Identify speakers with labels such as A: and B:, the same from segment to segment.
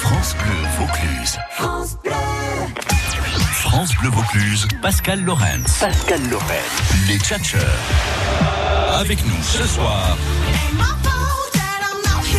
A: France Bleu Vaucluse. France Bleu. France Bleu Vaucluse, Pascal Lorenz.
B: Pascal Lorenz.
A: Les Tchatcheurs. Avec nous ce soir.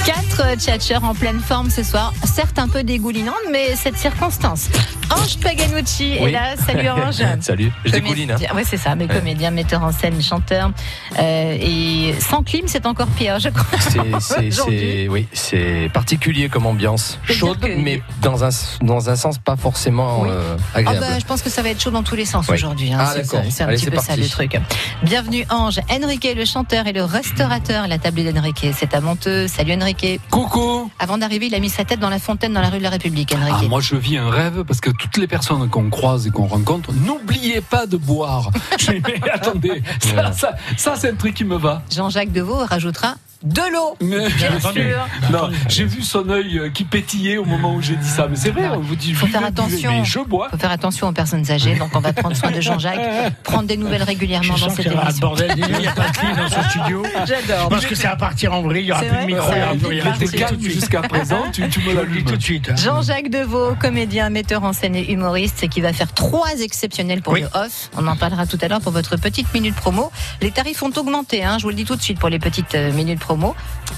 C: Quatre euh, tchatcheurs en pleine forme ce soir, certes un peu dégoulinantes, mais cette circonstance. Ange Paganucci
D: Oui.
C: est là, salut Ange.
D: Salut, je dégouline.
C: Comédien-
D: hein.
C: Ouais, c'est ça, mais comédien, metteur en scène, chanteur. euh, et sans clim, c'est encore pire, je crois.
D: C'est- C'est
C: Aujourd'hui.
D: c'est- oui, c'est particulier comme ambiance.
C: C'est-à-dire
D: Chaude,
C: que-
D: mais dans un, dans un sens pas forcément
C: Oui.
D: euh,
C: Ah
D: agréable.
C: bah, je pense que ça va être chaud dans tous les sens
D: Oui.
C: aujourd'hui. hein.
D: Ah,
C: C'est-
D: d'accord.
C: c'est- C'est un
D: Allez,
C: petit
D: c'est
C: peu ça
D: parti.
C: le truc. Bienvenue Ange, Enrique, le chanteur et le restaurateur. La table d'Enrique, c'est à Monteux. Salut Enrique.
E: Coucou
C: Avant d'arriver, il a mis sa tête dans la fontaine dans la rue de la République,
E: ah,
C: Enrique.
E: Moi je vis un rêve parce que toutes les personnes qu'on croise et qu'on rencontre, n'oubliez pas de boire. Je dis, mais attendez, ça, ça, ça, c'est un truc qui me va.
C: Jean-Jacques Deveau rajoutera de l'eau.
E: Mais-
C: Bien
E: Attendez.
C: sûr.
E: Non, j'ai vu son œil euh, qui pétillait au moment où j'ai dit ça. Mais c'est vrai,
C: Non.
E: on vous dit,
C: Faut
E: buvez,
C: faire
E: buvez.
C: attention.
E: Mais je bois.
C: Faut faire attention aux personnes âgées, donc on va prendre soin de Jean-Jacques, prendre des nouvelles régulièrement
F: Je
C: dans
F: sens qu'il
C: cette
F: y aura le
C: émission.
F: bordel. Il n'y a pas de clim dans ce studio. Je
C: J'adore.
F: pense que ça va partir en vrille. Il n'y aura
C: C'est
F: plus de
C: vrai
F: micro.
C: Ouais,
F: Il n'y
C: un
F: aura
C: peu,
F: plus
E: il
F: rien.
E: était
F: Je vous le dis
E: calme
F: tout de suite.
E: jusqu'à présent, tu, tu me
F: Je vous le
E: l'allumes.
F: dis tout de suite. hein.
C: Jean-Jacques Deveau, comédien, metteur en scène et humoriste, qui va faire trois exceptionnels pour
F: Oui.
C: le off. On en parlera tout à l'heure pour votre petite minute promo. Les tarifs ont augmenté, hein, je vous le dis tout de suite pour les petites euh, minutes promo.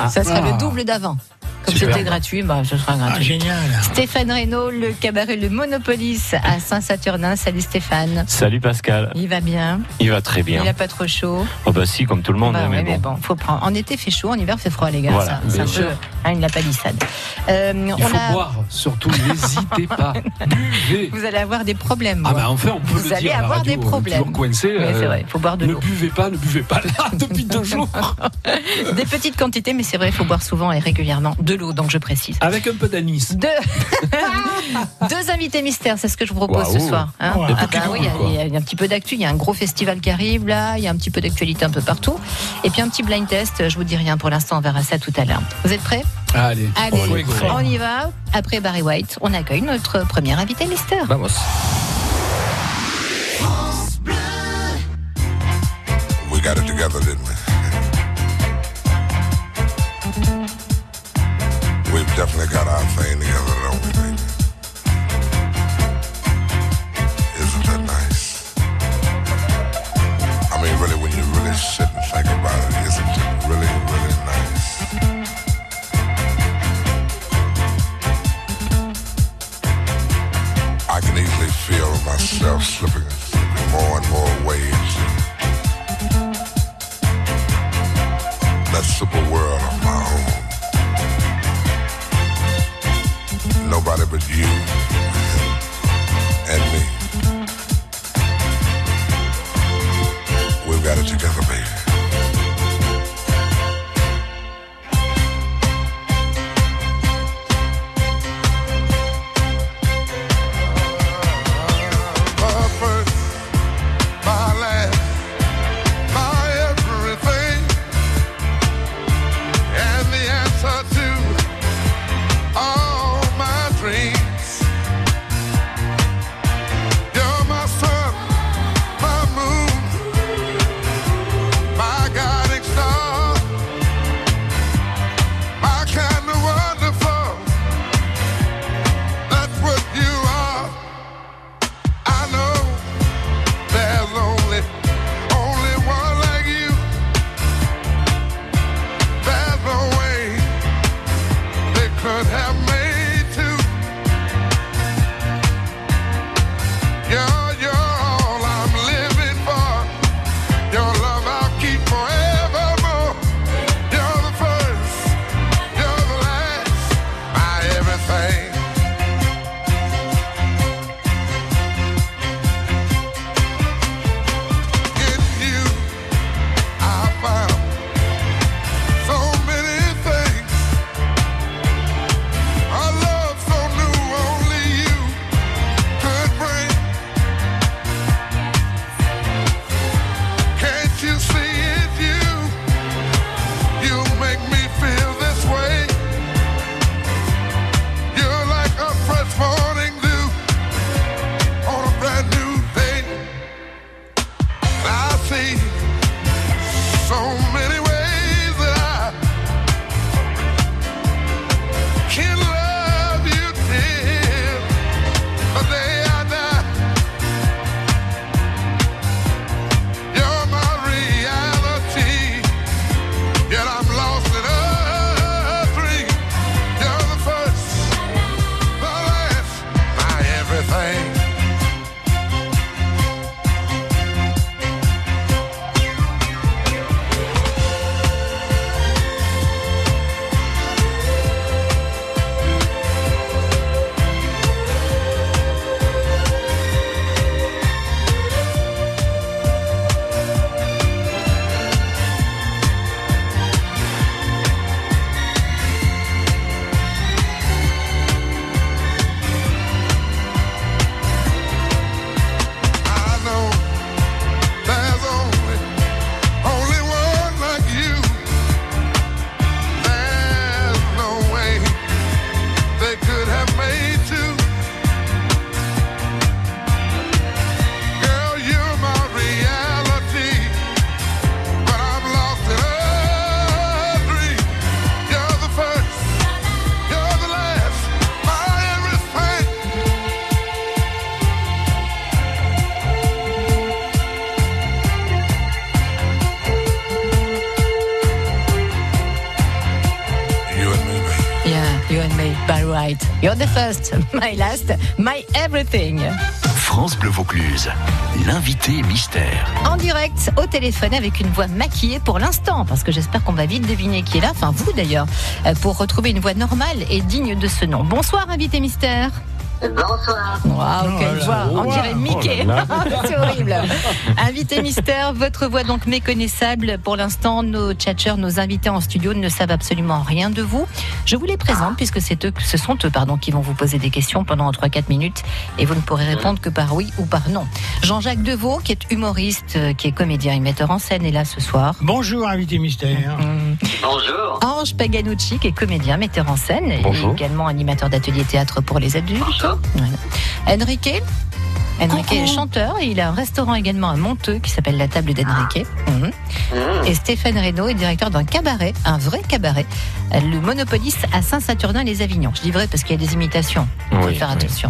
C: Ça sera le double d'avant. Comme
D: Super.
C: c'était gratuit, bah, ce sera
F: Ah,
C: gratuit.
F: génial.
C: Stéphane Reynaud, le cabaret Le Monopolis à Saint-Saturnin. Salut Stéphane.
G: Salut Pascal,
C: Il va bien,
G: il va très bien.
C: il a pas trop chaud.
G: Oh bah si, comme tout le monde,
C: Bah
G: mais
C: ouais, mais
G: bon.
C: bon, faut prendre. En été fait chaud, en hiver fait froid les gars.
G: Voilà,
C: ça, c'est
G: bien
C: un peu hein, une la palissade. Euh,
E: Il
C: on
E: faut
C: a-
E: boire, surtout, n'hésitez pas. Buvez.
C: Vous allez avoir des problèmes.
E: Ah
C: moi.
E: bah enfin, on peut
C: Vous
E: le
C: allez
E: dire à la
C: avoir
E: radio,
C: des
E: on est
C: problèmes.
E: Toujours coincé.
C: Oui, c'est
E: euh,
C: vrai, il faut boire de
E: Ne
C: l'eau.
E: buvez pas, ne buvez pas là depuis deux jours.
C: Des petites quantités, mais c'est vrai, il faut boire souvent et régulièrement de l'eau, donc je précise.
E: Avec un peu d'anis.
C: Deux, Deux invités mystères, c'est ce que je vous propose ce
G: Waouh.
C: soir. hein.
F: Ouais.
C: Ah bah
E: Tout
C: oui, il y a-
E: cool, quoi.
C: il y, a- il y a un petit peu d'actu, il y a un gros festival qui arrive là, il y a un petit peu d'actualité un peu partout. Et puis un petit blind test, je vous dis rien pour l'instant, on verra ça tout à l'heure. Vous êtes prêts
E: Allez,
C: Allez,
H: Oh,
E: on y va.
C: on y va. Après Barry White, on accueille notre premier invité mystère.
D: Vamos.
I: We got it together, didn't we? We've definitely got our thing together, don't we, baby? Isn't that nice? I mean, really, when you really sit and think about it, isn't it really, really nice? I can easily feel myself slipping, slipping more and more waves. that super world of my own. Nobody but you and me. We've got it together, baby. My first, my last, my everything. And the answer to all my dreams. You're my sun, my moon, my guiding star. My kind of wonderful. That's what you are. I know there's only, only one like you. There's no way they could have made two. You're, you're all I'm living for. Your love I'll keep forevermore. You're the first, you're the last, my everything. In you, I found so many things. A love so new, only you could bring. Can't you see it, you? You make me feel this way. You're like a fresh morning dew on a brand new day. And I see so many ways that I can love you, dear.
C: You and me, by right. You're the first, my last, my everything.
A: France Bleu Vaucluse, l'invité mystère.
C: En direct, au téléphone, avec une voix maquillée pour l'instant, parce que j'espère qu'on va vite deviner qui est là, enfin vous d'ailleurs, euh, pour retrouver une voix normale et digne de ce nom. Bonsoir, invité mystère.
B: Bonsoir.
C: Waouh,
F: Oh
C: quelle
F: là
C: voix
F: là, Oh
C: On
F: wow.
C: dirait Mickey C'est horrible Invité mystère, votre voix donc méconnaissable. Pour l'instant, nos tchatcheurs, nos invités en studio ne savent absolument rien de vous. Je vous les présente puisque c'est eux, ce sont eux pardon, qui vont vous poser des questions pendant 3-4 minutes et vous ne pourrez répondre que par oui ou par non. Jean-Jacques Deveau, qui est humoriste, euh, qui est comédien et metteur en scène, est là ce soir.
F: Bonjour, invité mystère.
C: Hum,
B: Bonjour.
C: Ange Paganucci, qui est comédien, metteur en scène et
G: Bonjour.
C: également animateur d'ateliers théâtre pour les adultes.
B: Bonjour.
C: Enrique. Enrique est chanteur et il a un restaurant également à Monteux qui s'appelle La Table d'Enrique. Mhm.
B: Mmh.
C: Et Stéphane Reynaud est directeur d'un cabaret, un vrai cabaret, euh, le Monopolis à Saint-Saturnin-les-Avignon. Je dis vrai parce qu'il y a des imitations. Il faut
G: Oui,
C: faire
G: oui.
C: attention.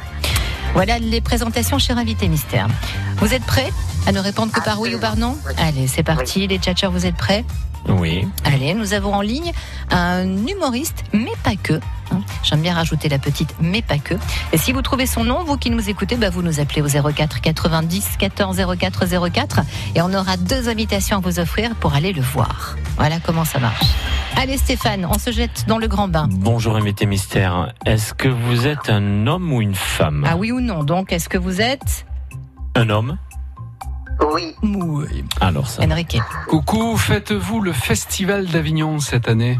C: Voilà les présentations, cher invité mystère. Vous êtes prêts à ne répondre que par oui ou par non
B: Ah, Absolument, oui.
C: Allez, c'est parti. Les tchatcheurs, vous êtes prêts
G: Oui.
C: Allez, nous avons en ligne un humoriste, mais pas que. hein. J'aime bien rajouter la petite, mais pas que. Et si vous trouvez son nom, vous qui nous écoutez, bah vous nous appelez au 04 90 14 04 04 et on aura deux invitations à vous offrir pour aller le voir. Voilà comment ça marche. Allez Stéphane, on se jette dans le grand bain.
G: Bonjour, invité mystère. Est-ce que vous êtes un homme ou une femme
C: Ah oui ou non Donc, est-ce que vous êtes
G: Un homme
B: Oui.
C: Oui.
G: Alors ça.
C: Enrique.
E: Coucou, faites-vous le Festival d'Avignon cette année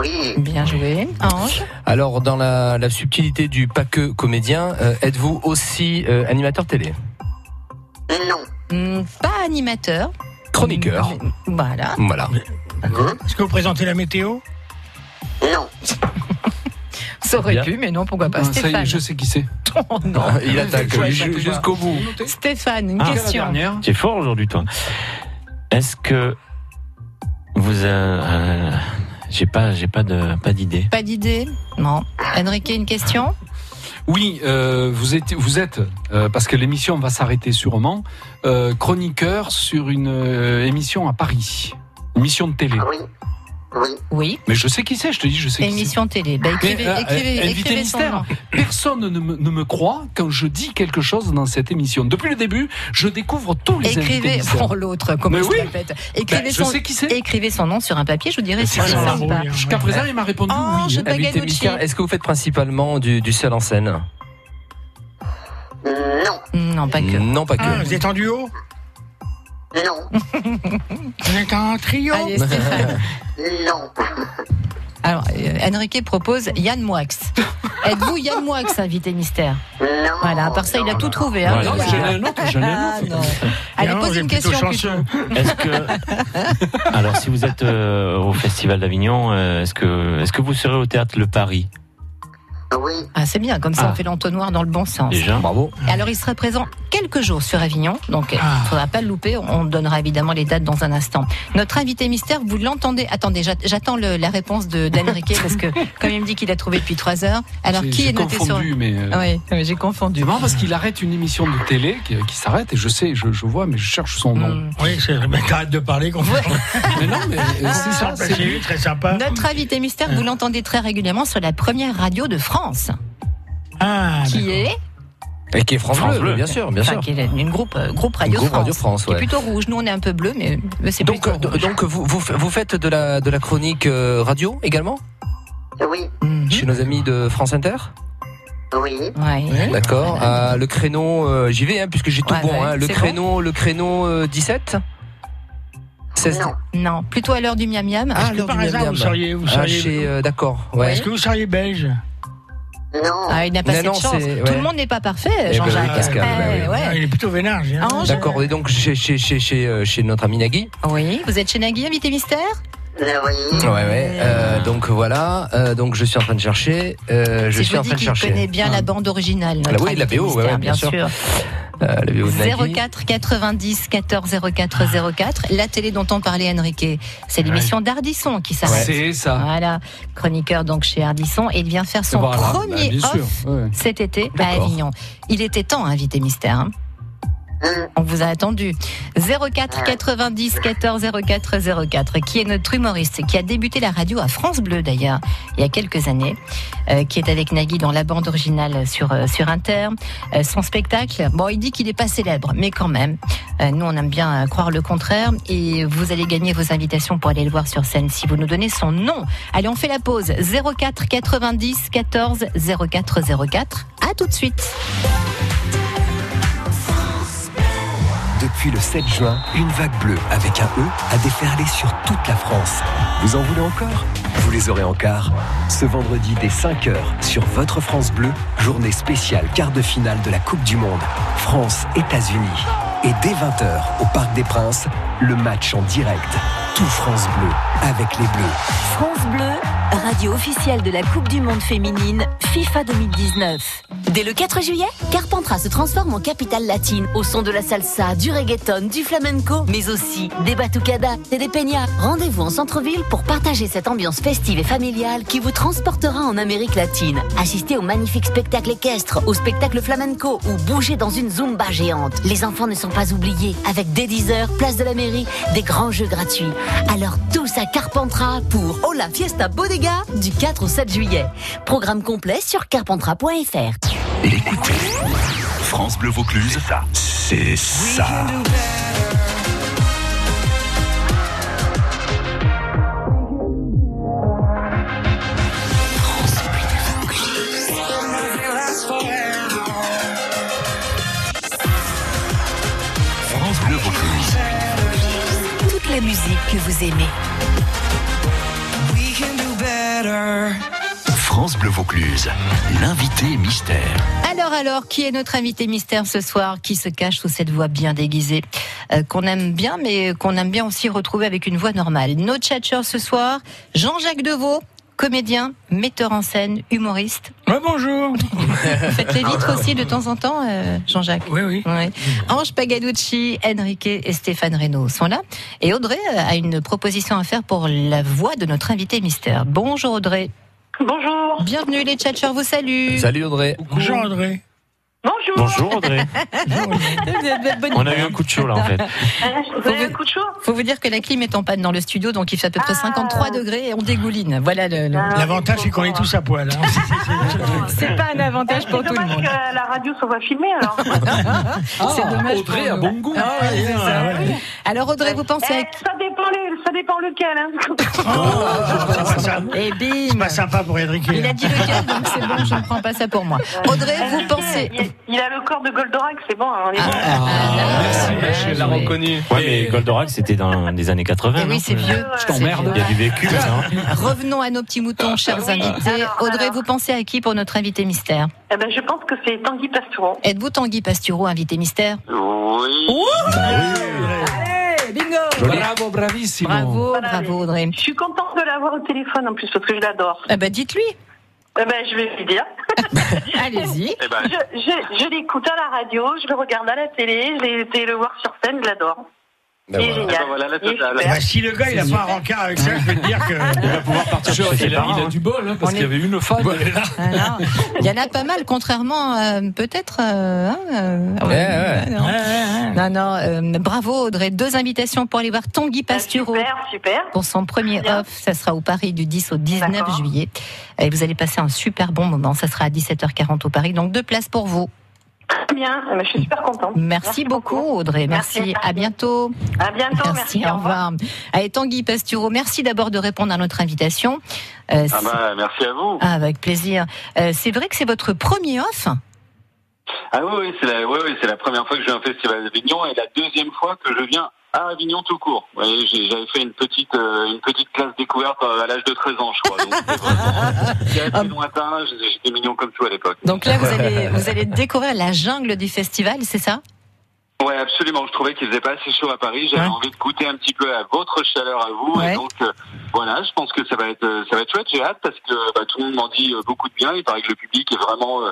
B: Oui.
C: Bien joué. Ange.
D: Alors, dans la, la subtilité du pas que comédien, euh, êtes-vous aussi euh, animateur télé
B: Non.
C: Hmm, pas animateur. Hmm,
D: Chroniqueur.
C: Voilà.
D: Voilà.
F: Est-ce que vous présentez la météo
B: Hein Non.
C: Ça aurait
D: Bien.
C: pu, mais non, pourquoi pas.
E: Ah, Ça y est,
C: Stéphane.
E: je sais qui c'est.
G: Hmm.
C: Oh, non.
D: Il attaque
E: Ouais,
D: ju- jusqu'au bout.
E: Notez.
C: Stéphane, une
G: Ah,
E: La
C: question.
E: dernière.
G: Tu es fort aujourd'hui, toi. Est-ce que vous euh, euh, j'ai pas j'ai pas de pas d'idée.
C: Pas d'idée Non. Enrique, une question
E: Oui, euh, vous êtes, vous êtes euh, parce que l'émission va s'arrêter sûrement, euh, chroniqueur sur une euh, émission à Paris, une émission de télé.
B: Oui. Oui.
C: Oui.
E: Mais je sais qui c'est, je te dis, je sais qui c'est.
C: Émission télé. Bah,
E: Mais,
C: écrivez,
E: euh,
C: écrivez,
E: euh, invité
C: écrivez son
E: mystère.
C: nom.
E: Personne ne me, ne me croit quand je dis quelque chose dans cette émission. Depuis le début, je découvre tous les invités
C: Écrivez
E: mystères.
C: pour l'autre, comme
E: Mais
C: je
E: oui.
C: répète.
E: Ben,
C: Écrivez,
E: je
C: son,
E: sais qui c'est.
C: écrivez son nom sur un papier, je vous dirai si
F: Ah,
C: c'est
F: non,
C: ça ou
F: oui,
C: pas.
F: hein,
E: Jusqu'à
F: oui.
E: présent, il m'a répondu
C: Oh,
E: oui.
C: je-
D: Invité
C: Paganucci.
D: mystère, est-ce que vous faites principalement du, du seul en scène
B: Non.
C: Non, pas que.
D: Non, pas que.
F: Ah, Vous êtes en duo
B: Non.
F: Vous êtes en trio
C: Allez, Stéphane.
B: Non.
C: Alors, euh, Enrique propose Yann Moix. Êtes-vous Yann Moix, invité mystère
B: Non.
C: Voilà, par ça, il a tout trouvé. hein.
G: Voilà,
C: Il a-
E: J'en ai un autre, j'en ai un
C: Ah
E: autre.
C: non. Allez,
F: Non,
C: pose
F: j'ai
C: une
F: plutôt
C: question.
F: chanceux.
G: Est-ce que Alors si vous êtes euh, au festival d'Avignon, euh, est-ce que est-ce que vous serez au théâtre Le Paris
B: Oui.
C: Ah, c'est bien, comme ça, on
G: Ah.
C: fait l'entonnoir dans le bon sens.
G: déjà
D: Bravo.
C: Alors, il sera présent quelques jours sur Avignon, donc il
F: Ah.
C: ne faudra pas le louper. On donnera évidemment les dates dans un instant. Notre invité mystère, vous l'entendez. Attendez, j'a- j'attends le- la réponse de d'Enrique parce que, comme il me dit qu'il a trouvé depuis trois heures, alors
E: J'ai-
C: qui
E: j'ai
C: est noté sur.
E: confondu, mais.
C: Oui,
E: euh,
F: Ah,
C: oui, j'ai
E: C'est
C: confondu.
E: marrant parce qu'il arrête une émission de télé qui, euh, qui s'arrête et je sais, je, je vois, mais je cherche son nom.
C: Hmm.
F: Mm. Oui, c'est mais t'arrêtes de parler qu'on
E: Mais non, mais euh, c'est ça,
F: Ah, Sympa,
E: c'est lui.
F: c'est très sympa.
C: Notre invité mystère, vous l'entendez très régulièrement sur la première radio de France,
F: Ah,
C: qui est,
D: Et qui est France,
G: France
D: Bleu,
G: Bleu.
D: bien sûr, bien
C: enfin,
D: sûr.
C: qui est une groupe, euh, groupe Radio
D: Groupe
C: France,
D: Radio France,
C: qui est
D: ouais.
C: plutôt rouge. Nous, on est un peu bleu, mais mais c'est
D: Donc,
C: plutôt
D: euh,
C: rouge.
D: donc vous, vous, vous faites de la, de la chronique euh, radio également
B: Oui.
C: Mhm.
D: Chez nos amis de France Inter
B: Oui.
C: Ouais.
F: Ouais.
D: D'accord. Euh, le créneau, euh, j'y vais, hein, puisque j'ai tout
C: Hein Ah, Ouais,
D: bon.
C: ouais,
D: hein. le,
C: c'est
D: créneau, le créneau euh, 17 16
B: Non.
C: Non, plutôt à l'heure du miam miam.
D: Ah,
F: que
D: l'heure
F: par
D: du
F: hasard,
D: miam-miam.
C: bah.
F: vous seriez. Vous
D: Ah,
F: seriez
D: chez, euh, d'accord. Ouais.
F: Est-ce que vous seriez belge
B: Non.
C: Ah, il n'a pas
D: Mais
C: cette
D: non,
C: chance.
D: c'est-
C: Tout
D: ouais.
C: le monde n'est pas
D: Eh
C: parfait,
D: ben
C: Jean-Jacques.
F: oui, Pascal,
C: Eh,
D: bah
F: Ah,
C: ouais.
F: Il est plutôt vénard, j'ai hein.
C: Ange
D: D'accord. Et donc chez, chez, chez, chez, euh, chez notre ami Nagui.
C: Oui, vous êtes chez Nagui, invité mystère
B: Oui.
D: Ouais, ouais. Euh, donc voilà. Euh, donc je suis en train de chercher. Euh, je
C: Si
D: suis
C: vous
D: en
C: dis
D: train de
C: qu'il
D: chercher.
C: connaît bien
D: Ah.
C: la bande originale.
D: Ah
C: notre
D: oui, la
C: invité
D: BO, ouais,
C: mystère,
D: ouais, bien sûr. Euh, le VO de Nagui.
C: 04 90 14 04 04. La télé dont on parlait, Enrique, c'est l'émission d'Ardisson qui s'arrête.
E: C'est ça.
C: Voilà, chroniqueur donc chez Ardisson. Et il vient faire son
E: Voilà, bah,
C: premier
E: bien
C: off
E: sûr. ouais.
C: cet été à
D: D'accord.
C: Avignon. Il était temps, invité mystère. hein. On vous a attendu. 04 90 14 04 04, qui est notre humoriste, qui a débuté la radio à France Bleu d'ailleurs, il y a quelques années, euh, qui est avec Nagui dans la bande originale sur, euh, sur Inter. Euh, son spectacle, bon, il dit qu'il n'est pas célèbre, mais quand même, euh, nous on aime bien euh, croire le contraire. Et vous allez gagner vos invitations pour aller le voir sur scène si vous nous donnez son nom. Allez, on fait la pause. 04 90 14 04 04. À tout de suite.
A: Depuis le 7 juin, une vague bleue avec un E a déferlé sur toute la France. Vous en voulez encore Vous les aurez en quart. Ce vendredi dès 5h sur votre France Bleue, journée spéciale quart de finale de la Coupe du Monde. France-États-Unis. Et dès 20h au Parc des Princes, le match en direct. Tout France Bleu avec les Bleus.
J: France Bleu, radio officielle de la Coupe du Monde féminine FIFA 2019. Dès le 4 juillet, Carpentras se transforme en capitale latine au son de la salsa, du reggaeton, du flamenco, mais aussi des batucadas et des peñas. Rendez-vous en centre-ville pour partager cette ambiance festive et familiale qui vous transportera en Amérique latine. Assistez au magnifique spectacle équestre, au spectacle flamenco ou bougez dans une zumba géante. Les enfants ne sont pas oubliés avec des 10 heures, place de la mairie, des grands jeux gratuits. Alors tous à Carpentras pour Hola Fiesta Bodega du 4 au 7 juillet. Programme complet sur carpentras.fr.
A: Et l'écoutez. France Bleu Vaucluse, c'est ça. France Bleu Vaucluse.
J: Toute la musique que vous aimez.
A: France Bleu Vaucluse, l'invité mystère.
C: Alors, alors, qui est notre invité mystère ce soir Qui se cache sous cette voix bien déguisée euh, Qu'on aime bien, mais qu'on aime bien aussi retrouver avec une voix normale. Nos chatcheurs ce soir, Jean-Jacques Deveau, comédien, metteur en scène, humoriste.
F: Ouais, bonjour.
C: Faites les vitres aussi de temps en temps, euh, Jean-Jacques.
F: Oui, oui.
C: Ouais. Ange Pagaducci, Enrique et Stéphane Reynaud sont là. Et Audrey euh, a une proposition à faire pour la voix de notre invité mystère. Bonjour Audrey.
K: Bonjour.
C: Bienvenue les chatcheurs, vous saluent.
D: Salut Audrey.
F: Bonjour André.
K: Bonjour.
G: Bonjour Audrey.
C: Vous êtes bonne
G: On a eu un coup de chaud là en fait.
K: Euh, Vous avez
C: Vous-
K: un coup de chaud
C: Faut vous dire que la clim est en panne dans le studio, donc il fait à peu près
K: Ah.
C: 53 degrés et on dégouline. Voilà le. le-
F: L'avantage, c'est qu'on est tous à poil. hein. C'est- c'est- c'est-
C: C'est pas un avantage
K: C'est
C: pour tout le
K: dommage
C: monde. Ah,
K: que la radio soit pas filmée alors.
G: Ah,
C: C'est dommage.
E: Audrey
C: pour
E: a
C: nous.
E: bon goût.
C: Ah ouais, c'est ça.
F: Ah ouais.
C: Alors Audrey, vous pensez à...
K: Eh, ça, dépend les- ça dépend lequel. Hein.
C: Oh,
F: C'est pas sympa.
C: Et
F: C'est
C: Eh bim
F: pas sympa pour Enrique. hein.
C: Il a dit lequel, donc c'est bon, je ne prends pas ça pour moi. Audrey,
K: Eh,
C: vous
K: il-
C: pensez...
K: il, il a le corps de Goldorak, c'est bon. hein, on est bon.
C: Ah,
D: Merci, je l'ai
C: oui.
D: reconnu.
G: Ouais, mais Goldorak c'était dans les années 80.
C: Eh
G: non
C: oui, c'est vieux.
K: Je
C: C'est
E: t'emmerde.
G: Il y a du vécu hein. maintenant.
C: vieux. Revenons à nos petits moutons, chers
K: Ah, Oui,
C: invités.
K: alors,
C: Audrey,
K: alors.
C: vous pensez à qui pour notre invité mystère
K: Eh ben, je pense que c'est Tanguy Pastouron.
C: Êtes-vous Tanguy Pastureau, invité mystère
B: Oui.
C: Allez, bingo
E: Oh Bravo, bravissimo.
C: Bravo,
K: Voilà,
C: bravo
K: mais-
C: Audrey.
K: Je suis contente de l'avoir au téléphone en plus parce que je l'adore.
C: Eh ben, dites-lui.
K: Eh ben, je vais lui dire.
C: Allez-y.
B: Eh ben,
K: Je, je, je l'écoute à la radio, je le regarde à la télé, j'ai été le voir sur scène, je l'adore.
D: Ben
K: il est
D: voilà.
K: génial.
B: Ben voilà, la
K: Il est
B: totale.
K: super.
F: Bah, si le gars il a pas un rencard avec ça, je peux te dire que.
E: Il va pouvoir partir
G: Je-
E: chez ses
G: il a-
E: parents,
G: il a
E: hein. du bol, parce
C: qu'il
E: qu'il
C: y
E: y avait une femme.
C: Alors, il y en a pas mal, contrairement euh, peut-être. euh, hein, euh,
D: Ouais, ouais.
C: Non, non, non, euh, bravo Audrey. Deux invitations pour aller voir Tanguy Pastureau.
K: Ah, Super, super.
C: Pour son premier
K: Bien.
C: off, ça sera au Paris du 10 au 19
K: D'accord.
C: juillet. Et vous allez passer un super bon moment. Ça sera à 17h40 au Paris. Donc deux places pour vous.
K: Très bien, Eh ben, je suis super contente.
C: Merci, beaucoup, Audrey. Merci.
K: Merci,
C: À
K: merci.
C: bientôt.
K: À bientôt, merci.
C: au revoir. Allez, Tanguy Pastureau, merci d'abord de répondre à notre invitation. Euh,
B: Ah bah, merci à vous.
C: Ah, avec plaisir. Euh, c'est vrai que c'est votre premier off
B: Ah oui, oui, c'est la, oui, oui, c'est la première fois que je vais à un festival d'Avignon et la deuxième fois que je viens à Avignon tout court. Vous voyez, j'ai- j'avais fait une petite, euh, une petite classe découverte euh, à l'âge de 13 ans, je crois. Donc, c'est vraiment- c'est
C: Ah.
B: assez lointain, j'étais j'étais mignon comme tout à l'époque.
C: Donc là, vous allez, vous allez découvrir la jungle des festivals, c'est ça
B: Ouais, absolument. Je trouvais qu'il faisait pas assez chaud à Paris. J'avais
F: Ouais.
B: envie de goûter un petit peu à votre chaleur à vous.
C: Ouais.
B: Et donc, euh, voilà, je pense que ça va être, euh, ça va être chouette. J'ai hâte parce que bah, tout le monde m'en dit euh, beaucoup de bien. Il paraît que le public est vraiment euh,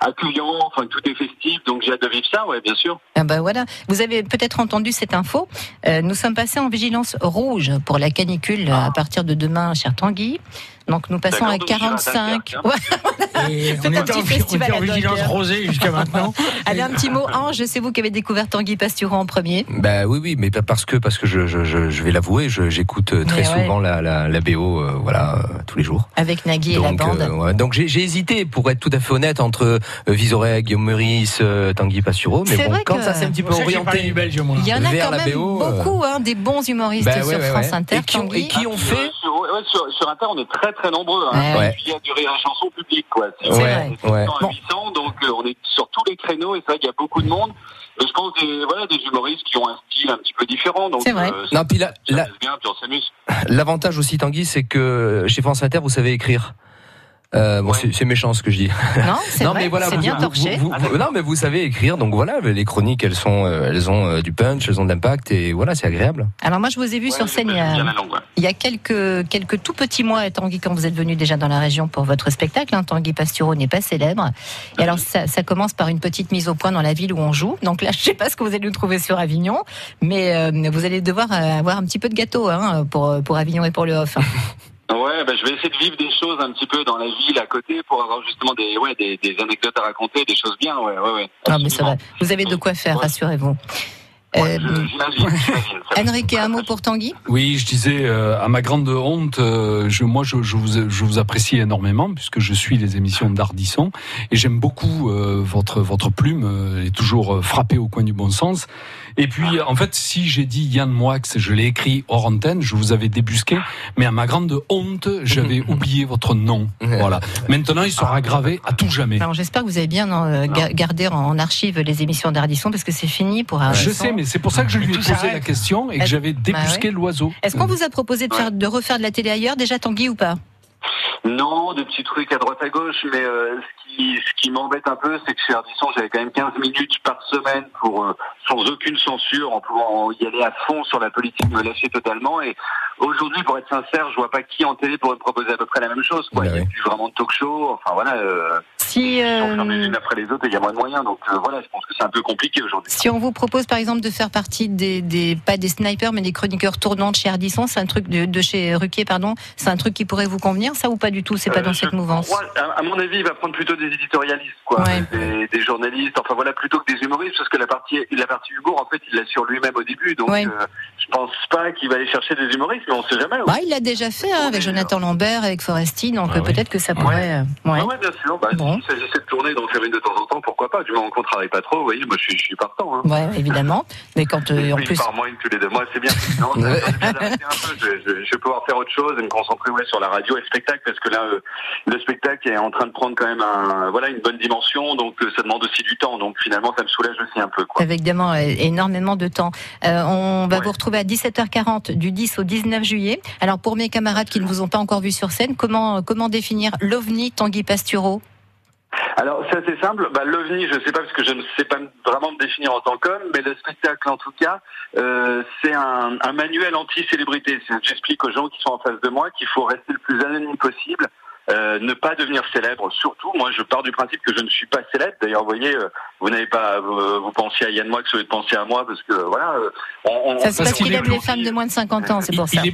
B: accueillant. Enfin, tout est festif. Donc, j'ai hâte de vivre ça. Ouais, bien sûr.
C: ah ben voilà, vous avez peut-être entendu cette info.
B: Ah.
C: Euh, nous sommes passés en vigilance rouge pour la canicule à partir de demain, cher Tanguy. Donc nous passons
F: D'accord,
C: à
F: donc on ira à
C: 45.
B: hein.
F: Dunkerque,
C: Ouais,
F: on
C: voilà.
F: était en,
C: petit
F: vi- on
C: festival
F: était en
C: à
F: vigilance
C: Dunkerque.
F: rosée jusqu'à maintenant.
C: Allez, un petit mot. Ange, c'est vous qui avez découvert Tanguy Pasturan en premier.
D: Bah oui, oui, mais pas parce que parce que je je, je, je vais l'avouer, je- j'écoute euh, très
C: Mais ouais.
D: souvent la la, la BO, euh, voilà, euh, tous les jours.
C: Avec Nagui et la
D: Donc,
C: bande.
D: euh, ouais. donc j'ai j'ai hésité, pour être tout à fait honnête, entre euh, Vizorek, Guillaume Meurice, euh, Tanguy Passureau, mais
C: C'est
D: bon,
C: vrai
D: quand
C: que-
D: ça s'est un petit peu
C: Je sais que j'ai
D: orienté
C: parlé du Il y en a
D: vers
C: quand
D: la
C: même
D: BO, euh,
C: beaucoup, hein, des bons humoristes
D: bah ouais,
C: sur
D: ouais,
C: France
D: ouais.
C: Inter.
D: Et qui ont- et
C: Tanguy.
D: qui ont fait Eh
B: Sur, ouais, sur, sur Inter, on est très très nombreux. Hein.
D: Ouais.
B: Il y a du rire à chanson publique, quoi. C'est
D: C'est vrai.
B: on est
D: Ouais.
B: 700 à 800, donc euh, on est sur tous les créneaux et c'est vrai qu'il y a beaucoup de monde. Et je pense des, voilà, des humoristes qui ont un style un petit peu différent. Donc,
D: C'est vrai.
B: euh,
D: Non, puis là-
B: ça
D: là-
B: passe bien, puis on s'amuse.
D: L'avantage aussi, Tanguy, c'est que euh, chez France Inter, vous savez écrire. Euh, bon, c'est- c'est méchant ce que je dis.
C: Non, c'est vrai, c'est bien torché.
D: vous- vous- non, mais vous savez écrire, donc voilà, les chroniques, elles sont, euh, elles ont euh, du punch, elles ont de l'impact, et voilà, c'est agréable.
C: Alors moi, je vous ai vu sur scène il y a, il y a quelques, quelques tout petits mois, Tanguy, quand vous êtes venu déjà dans la région pour votre spectacle. hein, Tanguy Pastureau n'est pas célèbre. Et alors, ça, ça commence par une petite mise au point dans la ville où on joue. Donc là, je sais pas ce que vous allez nous trouver sur Avignon, mais euh, vous allez devoir euh, avoir un petit peu de gâteau hein, pour, pour Avignon et pour le off. hein.
B: Ouais, bah, je vais essayer de vivre des choses un petit peu dans la ville à côté pour avoir justement des, ouais, des, des anecdotes à raconter, des choses bien. Ouais, ouais, ouais.
C: Ah, mais ça va. Vous avez de quoi faire, rassurez-vous. Euh, Enrique, un mot pour Tanguy
E: Oui, je disais, euh, à ma grande honte, euh, je, moi, je, je vous, je vous apprécie énormément puisque je suis les émissions d'Ardisson et j'aime beaucoup euh, votre votre plume. euh, Elle est toujours euh, frappée au coin du bon sens. Et puis, en fait, si j'ai dit Yann Moix, je l'ai écrit hors antenne, je vous avais débusqué, mais à ma grande honte, j'avais oublié votre nom. Voilà. Maintenant, il sera gravé à tout jamais.
C: Alors j'espère que vous avez bien euh, ga- gardé en, en archive les émissions d'Ardisson parce que c'est fini pour Ardisson.
E: Je sais, mais c'est pour ça que je lui ai
C: Tout
E: posé la
C: s'arrête.
E: question et que
C: Est-ce-
E: j'avais
C: Bah
E: débusqué
C: ouais.
E: l'oiseau. Euh,
C: Est-ce qu'on vous a proposé de, faire, de refaire de la télé ailleurs déjà Tanguy ou pas
B: Non, des petits trucs à droite à gauche, mais euh, ce qui, ce qui m'embête un peu, c'est que chez Ardisson, j'avais quand même 15 minutes par semaine pour euh, sans aucune censure, en pouvant y aller à fond sur la politique, me lâcher totalement. Et aujourd'hui, pour être sincère, je vois pas qui en télé pourrait me proposer à peu près la même chose. Quoi. Il n'y a plus vraiment de talk show. Enfin voilà, euh,
C: Si,
B: ils sont
C: euh,
B: fermés les unes après les autres et il y a moins de moyens. Donc euh, voilà, je pense que c'est un peu compliqué aujourd'hui.
C: Si on vous propose par exemple de faire partie des, des pas des snipers mais des chroniqueurs tournants de chez Ardisson, c'est un truc de, de chez Ruquier pardon, c'est un truc qui pourrait vous convenir ça ou pas du tout C'est pas
B: Euh,
C: dans
B: je
C: cette mouvance.
B: crois, à, à mon avis, il va prendre plutôt des éditorialistes, quoi, des, des journalistes. Enfin voilà, plutôt que des humoristes, parce que la partie, la partie humour, en fait, il l'assure lui-même au début. Donc,
C: Ouais.
B: euh, je pense pas qu'il va aller chercher des humoristes, mais on sait jamais.
C: Bah, il l'a déjà fait hein, avec Jonathan Lambert, avec Foresti, donc euh, peut-être que ça pourrait. euh, ouais.
B: Ah Ouais, ouais, bien sûr. Bah, S'il s'agissait de tourner, d'en faire une de temps en temps, pourquoi pas Du moment qu'on travaille pas trop, vous voyez, moi, je suis, je suis partant. Hein.
C: Ouais, évidemment. Mais quand euh, en
B: Oui,
C: plus.
B: par mois, une tous les deux mois, c'est bien. Non, ça me permet d'arrêter un peu. je, je- je vais pouvoir faire autre chose et me concentrer ouais, sur la radio et le spectacle parce que là, euh, le spectacle est en train de prendre quand même un, voilà, une bonne dimension, donc euh, ça demande aussi du temps. Donc finalement, ça me soulage aussi un peu. Quoi.
C: Avec évidemment euh, énormément de temps. Euh, on va vous retrouver à 17h40 du 10 au 19 juillet. Alors pour mes camarades qui ne vous ont pas encore vu sur scène, comment euh, comment définir l'ovni Tanguy Pastureau
B: Alors c'est assez simple. Bah, L'OVNI, je sais pas parce que je ne sais pas vraiment me définir en tant qu'homme, mais le spectacle en tout cas, euh, c'est un, un manuel anti-célébrité. C'est- J'explique aux gens qui sont en face de moi qu'il faut rester le plus anonyme possible. euh, ne pas devenir célèbre, surtout moi je pars du principe que je ne suis pas célèbre. D'ailleurs, vous voyez, euh, vous n'avez pas, vous, vous pensiez à Yann Moix, vous pensez à moi parce que voilà, euh, on, on-
C: Ça c'est
B: on-
C: parce qu'il aime les femmes de moins de 50 ans, c'est pour ça.
B: je,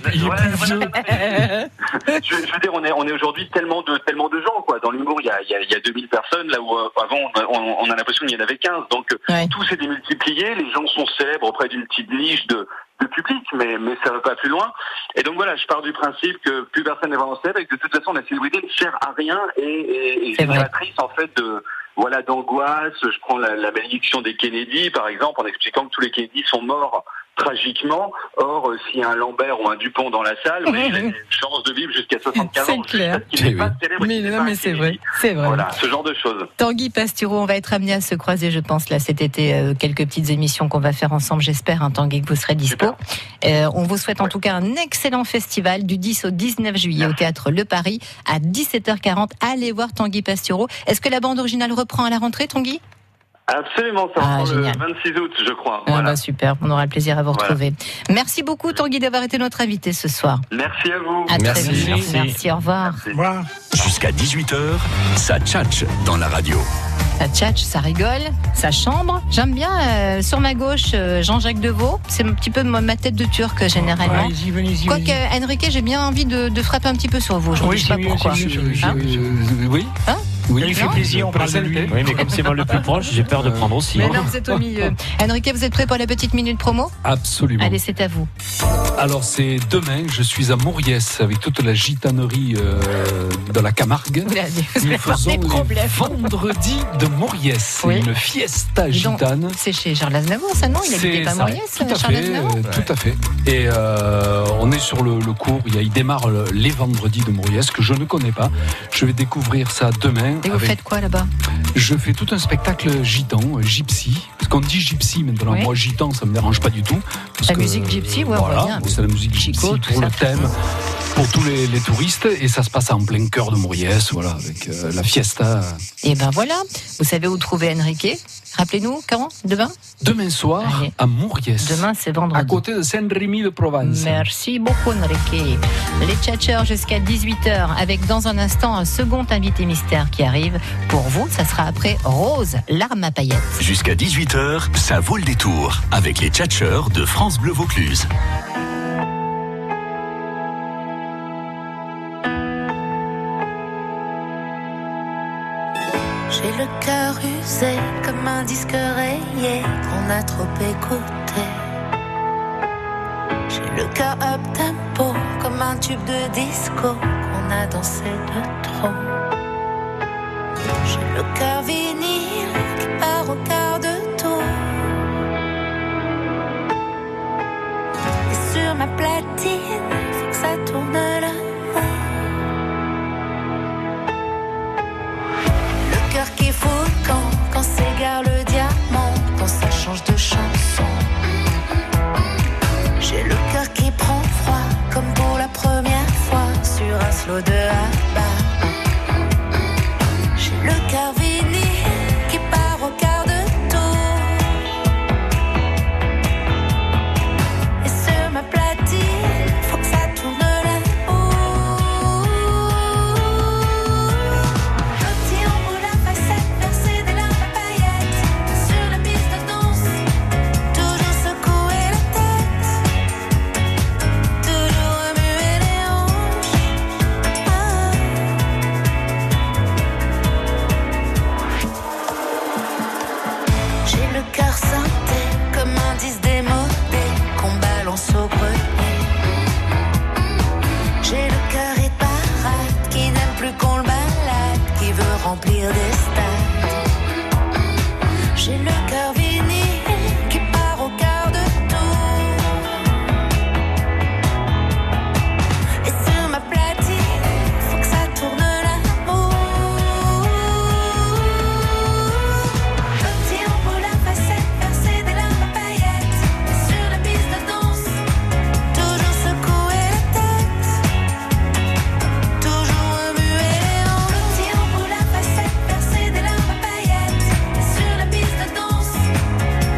B: je veux dire, on est, on est aujourd'hui tellement de, tellement de gens, quoi. Dans l'humour, il y a, il y, a, il y a 2000 personnes, là où euh, avant, on, on- on a l'impression qu'il y en avait 15. Donc, euh, tout s'est démultiplié, les gens sont célèbres auprès d'une petite niche de, de public, mais, mais ça va pas plus loin. Et donc, voilà, je pars du principe que plus personne n'est vraiment célèbre et que de toute façon, la célébrité ne sert à rien et, et, et
C: C'est vrai.
B: créatrice, en fait de voilà d'angoisse. Je prends la, la malédiction des Kennedy par exemple en expliquant que tous les Kennedy sont morts tragiquement. Or euh, s'il y a un Lambert ou un Dupont dans la salle, oui, il a une chance de vivre jusqu'à 75 ans.
C: Mais non, mais c'est vrai, c'est vrai.
B: Voilà, ce genre de choses.
C: Tanguy Pastureau, on va être amené à se croiser, je pense, là cet été. euh, quelques petites émissions qu'on va faire ensemble, j'espère, hein, Tanguy, que vous serez dispo. Euh, on vous souhaite en tout cas un excellent festival du 10 au 19 juillet au théâtre Le Paris à 17h40. Allez voir Tanguy Pastureau. Est-ce que la bande originale reprend à la rentrée, Tanguy
B: Absolument, ça reprend le 26 août, je crois.
C: Ah, bah, Super, on aura le plaisir à vous
B: Voilà.
C: retrouver. Merci beaucoup, Tanguy, d'avoir été notre invité ce soir.
B: Merci à vous.
C: À très vite. Merci, au revoir.
A: Jusqu'à 18h, ça tchatche dans la radio.
C: Ça tchatche, ça rigole, ça chambre. J'aime bien euh, sur ma gauche euh, Jean-Jacques Deveau. C'est un petit peu ma ma tête de turc euh, généralement.
F: Allez-y, venez-y.
C: Quoique,
F: venez-y.
C: euh, Enrique, j'ai bien envie de, de frapper un petit peu sur vous aujourd'hui.
F: Oui,
C: je sais
F: c'est
C: pas
F: mieux,
C: pourquoi.
F: c'est mieux, c'est mieux, c'est
C: Hein
F: mieux.
E: Oui
C: Hein
E: Oui,
F: Il fait plaisir, on parle de lui.
G: Oui, mais comme c'est moi le plus proche, j'ai peur de prendre aussi.
C: Mais
G: hein.
C: non, vous êtes au milieu. Enrique, vous êtes prêt pour la petite minute promo
E: Absolument.
C: Allez, c'est à vous.
E: Alors c'est demain, je suis à Mauriès avec toute la gitanerie euh, de la Camargue.
C: Vous l'avez- vous allez
E: Nous
C: avoir des
E: faisons
C: problèmes.
E: le vendredi de Mauriès,
C: Oui.
E: une fiesta
C: Dis donc,
E: gitane.
C: C'est chez Charles Aznavour, ça non Il
E: C'est
C: habitait pas
E: ça,
C: Mauriès,
E: tout à
C: Charles
E: fait,
C: Aznavour
E: euh, tout à fait. Et euh, on est sur le, le cours. Il, y a- il démarre le- les vendredis de Mauriès que je ne connais pas. Je vais découvrir ça demain.
C: Et vous
E: avec-
C: faites quoi là-bas
E: Je fais tout un spectacle gitan, euh, gypsy. Parce qu'on dit gypsy maintenant.
C: Oui.
E: Moi, gitan, ça me dérange pas du tout. parce
C: La
E: que,
C: musique gypsy, ouais, on
E: Euh, voilà,
C: voit bien.
E: C'est la musique gypsy
C: Chico, tout
E: pour
C: ça.
E: le thème, pour tous les, les touristes. Et ça se passe en plein cœur de Mauriès, voilà, avec euh, la fiesta.
C: Et ben voilà, vous savez où trouver Enrique Rappelez-nous, quand Demain
E: Demain soir,
C: Allez.
E: à Mauriès.
C: Demain, Ah, c'est
E: À
C: vendredi.
E: côté de Saint-Rémy de Provence.
C: Merci beaucoup Enrique. Les tchatcheurs jusqu'à 18h avec dans un instant un second invité mystère qui arrive. Pour vous, ça sera après Rose, l'arme à paillettes.
A: Jusqu'à 18h, ça vaut le détour avec les tchatcheurs de France Bleu Vaucluse.
H: J'ai le cœur usé comme un disque rayé qu'on a trop écouté. J'ai le cœur up tempo comme un tube de disco qu'on a dansé de trop. J'ai le cœur vinyle qui part au quart de tour. Et sur ma platine, faut que ça tourne là. Le cœur qui fout le camp quand s'égare le diamant, quand ça change de chanson. J'ai le cœur qui prend froid, comme pour la première fois sur un slow de Abba. J'ai le cœur vinyle qui part au quart de tour. Et sur ma platine, faut que ça tourne là-haut. Rôti en boule à facettes, versé des larmes à paillettes Sur la piste de danse, toujours secouer la tête Toujours remuer les hanches J'ai le cœur synthé, comme un disque démodé Qu'on balance au grenier j'ai le cœur éparade qui n'aime plus qu'on le balade, qui veut remplir des stades. J'ai le cœur vinyle qui part au quart de tour. Et sur ma platine, faut que ça tourne l'amour. Petit en boule à facettes, versé des larmes à paillettes. Sur la piste de danse, toujours secouer la tête. Toujours remuer les hanches Petit en boule à facettes, versé des larmes à paillettes. Sur la piste de danse,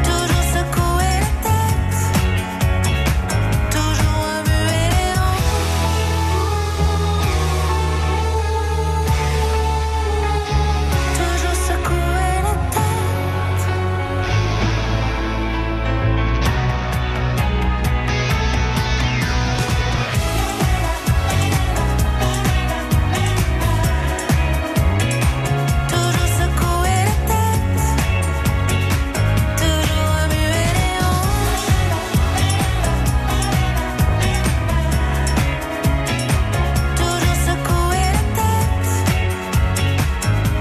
H: toujours secouer la tête. Toujours remuer les hanches Toujours secouer la tête. Toujours secouer la tête, toujours remuer les hanches. Toujours secouer la tête,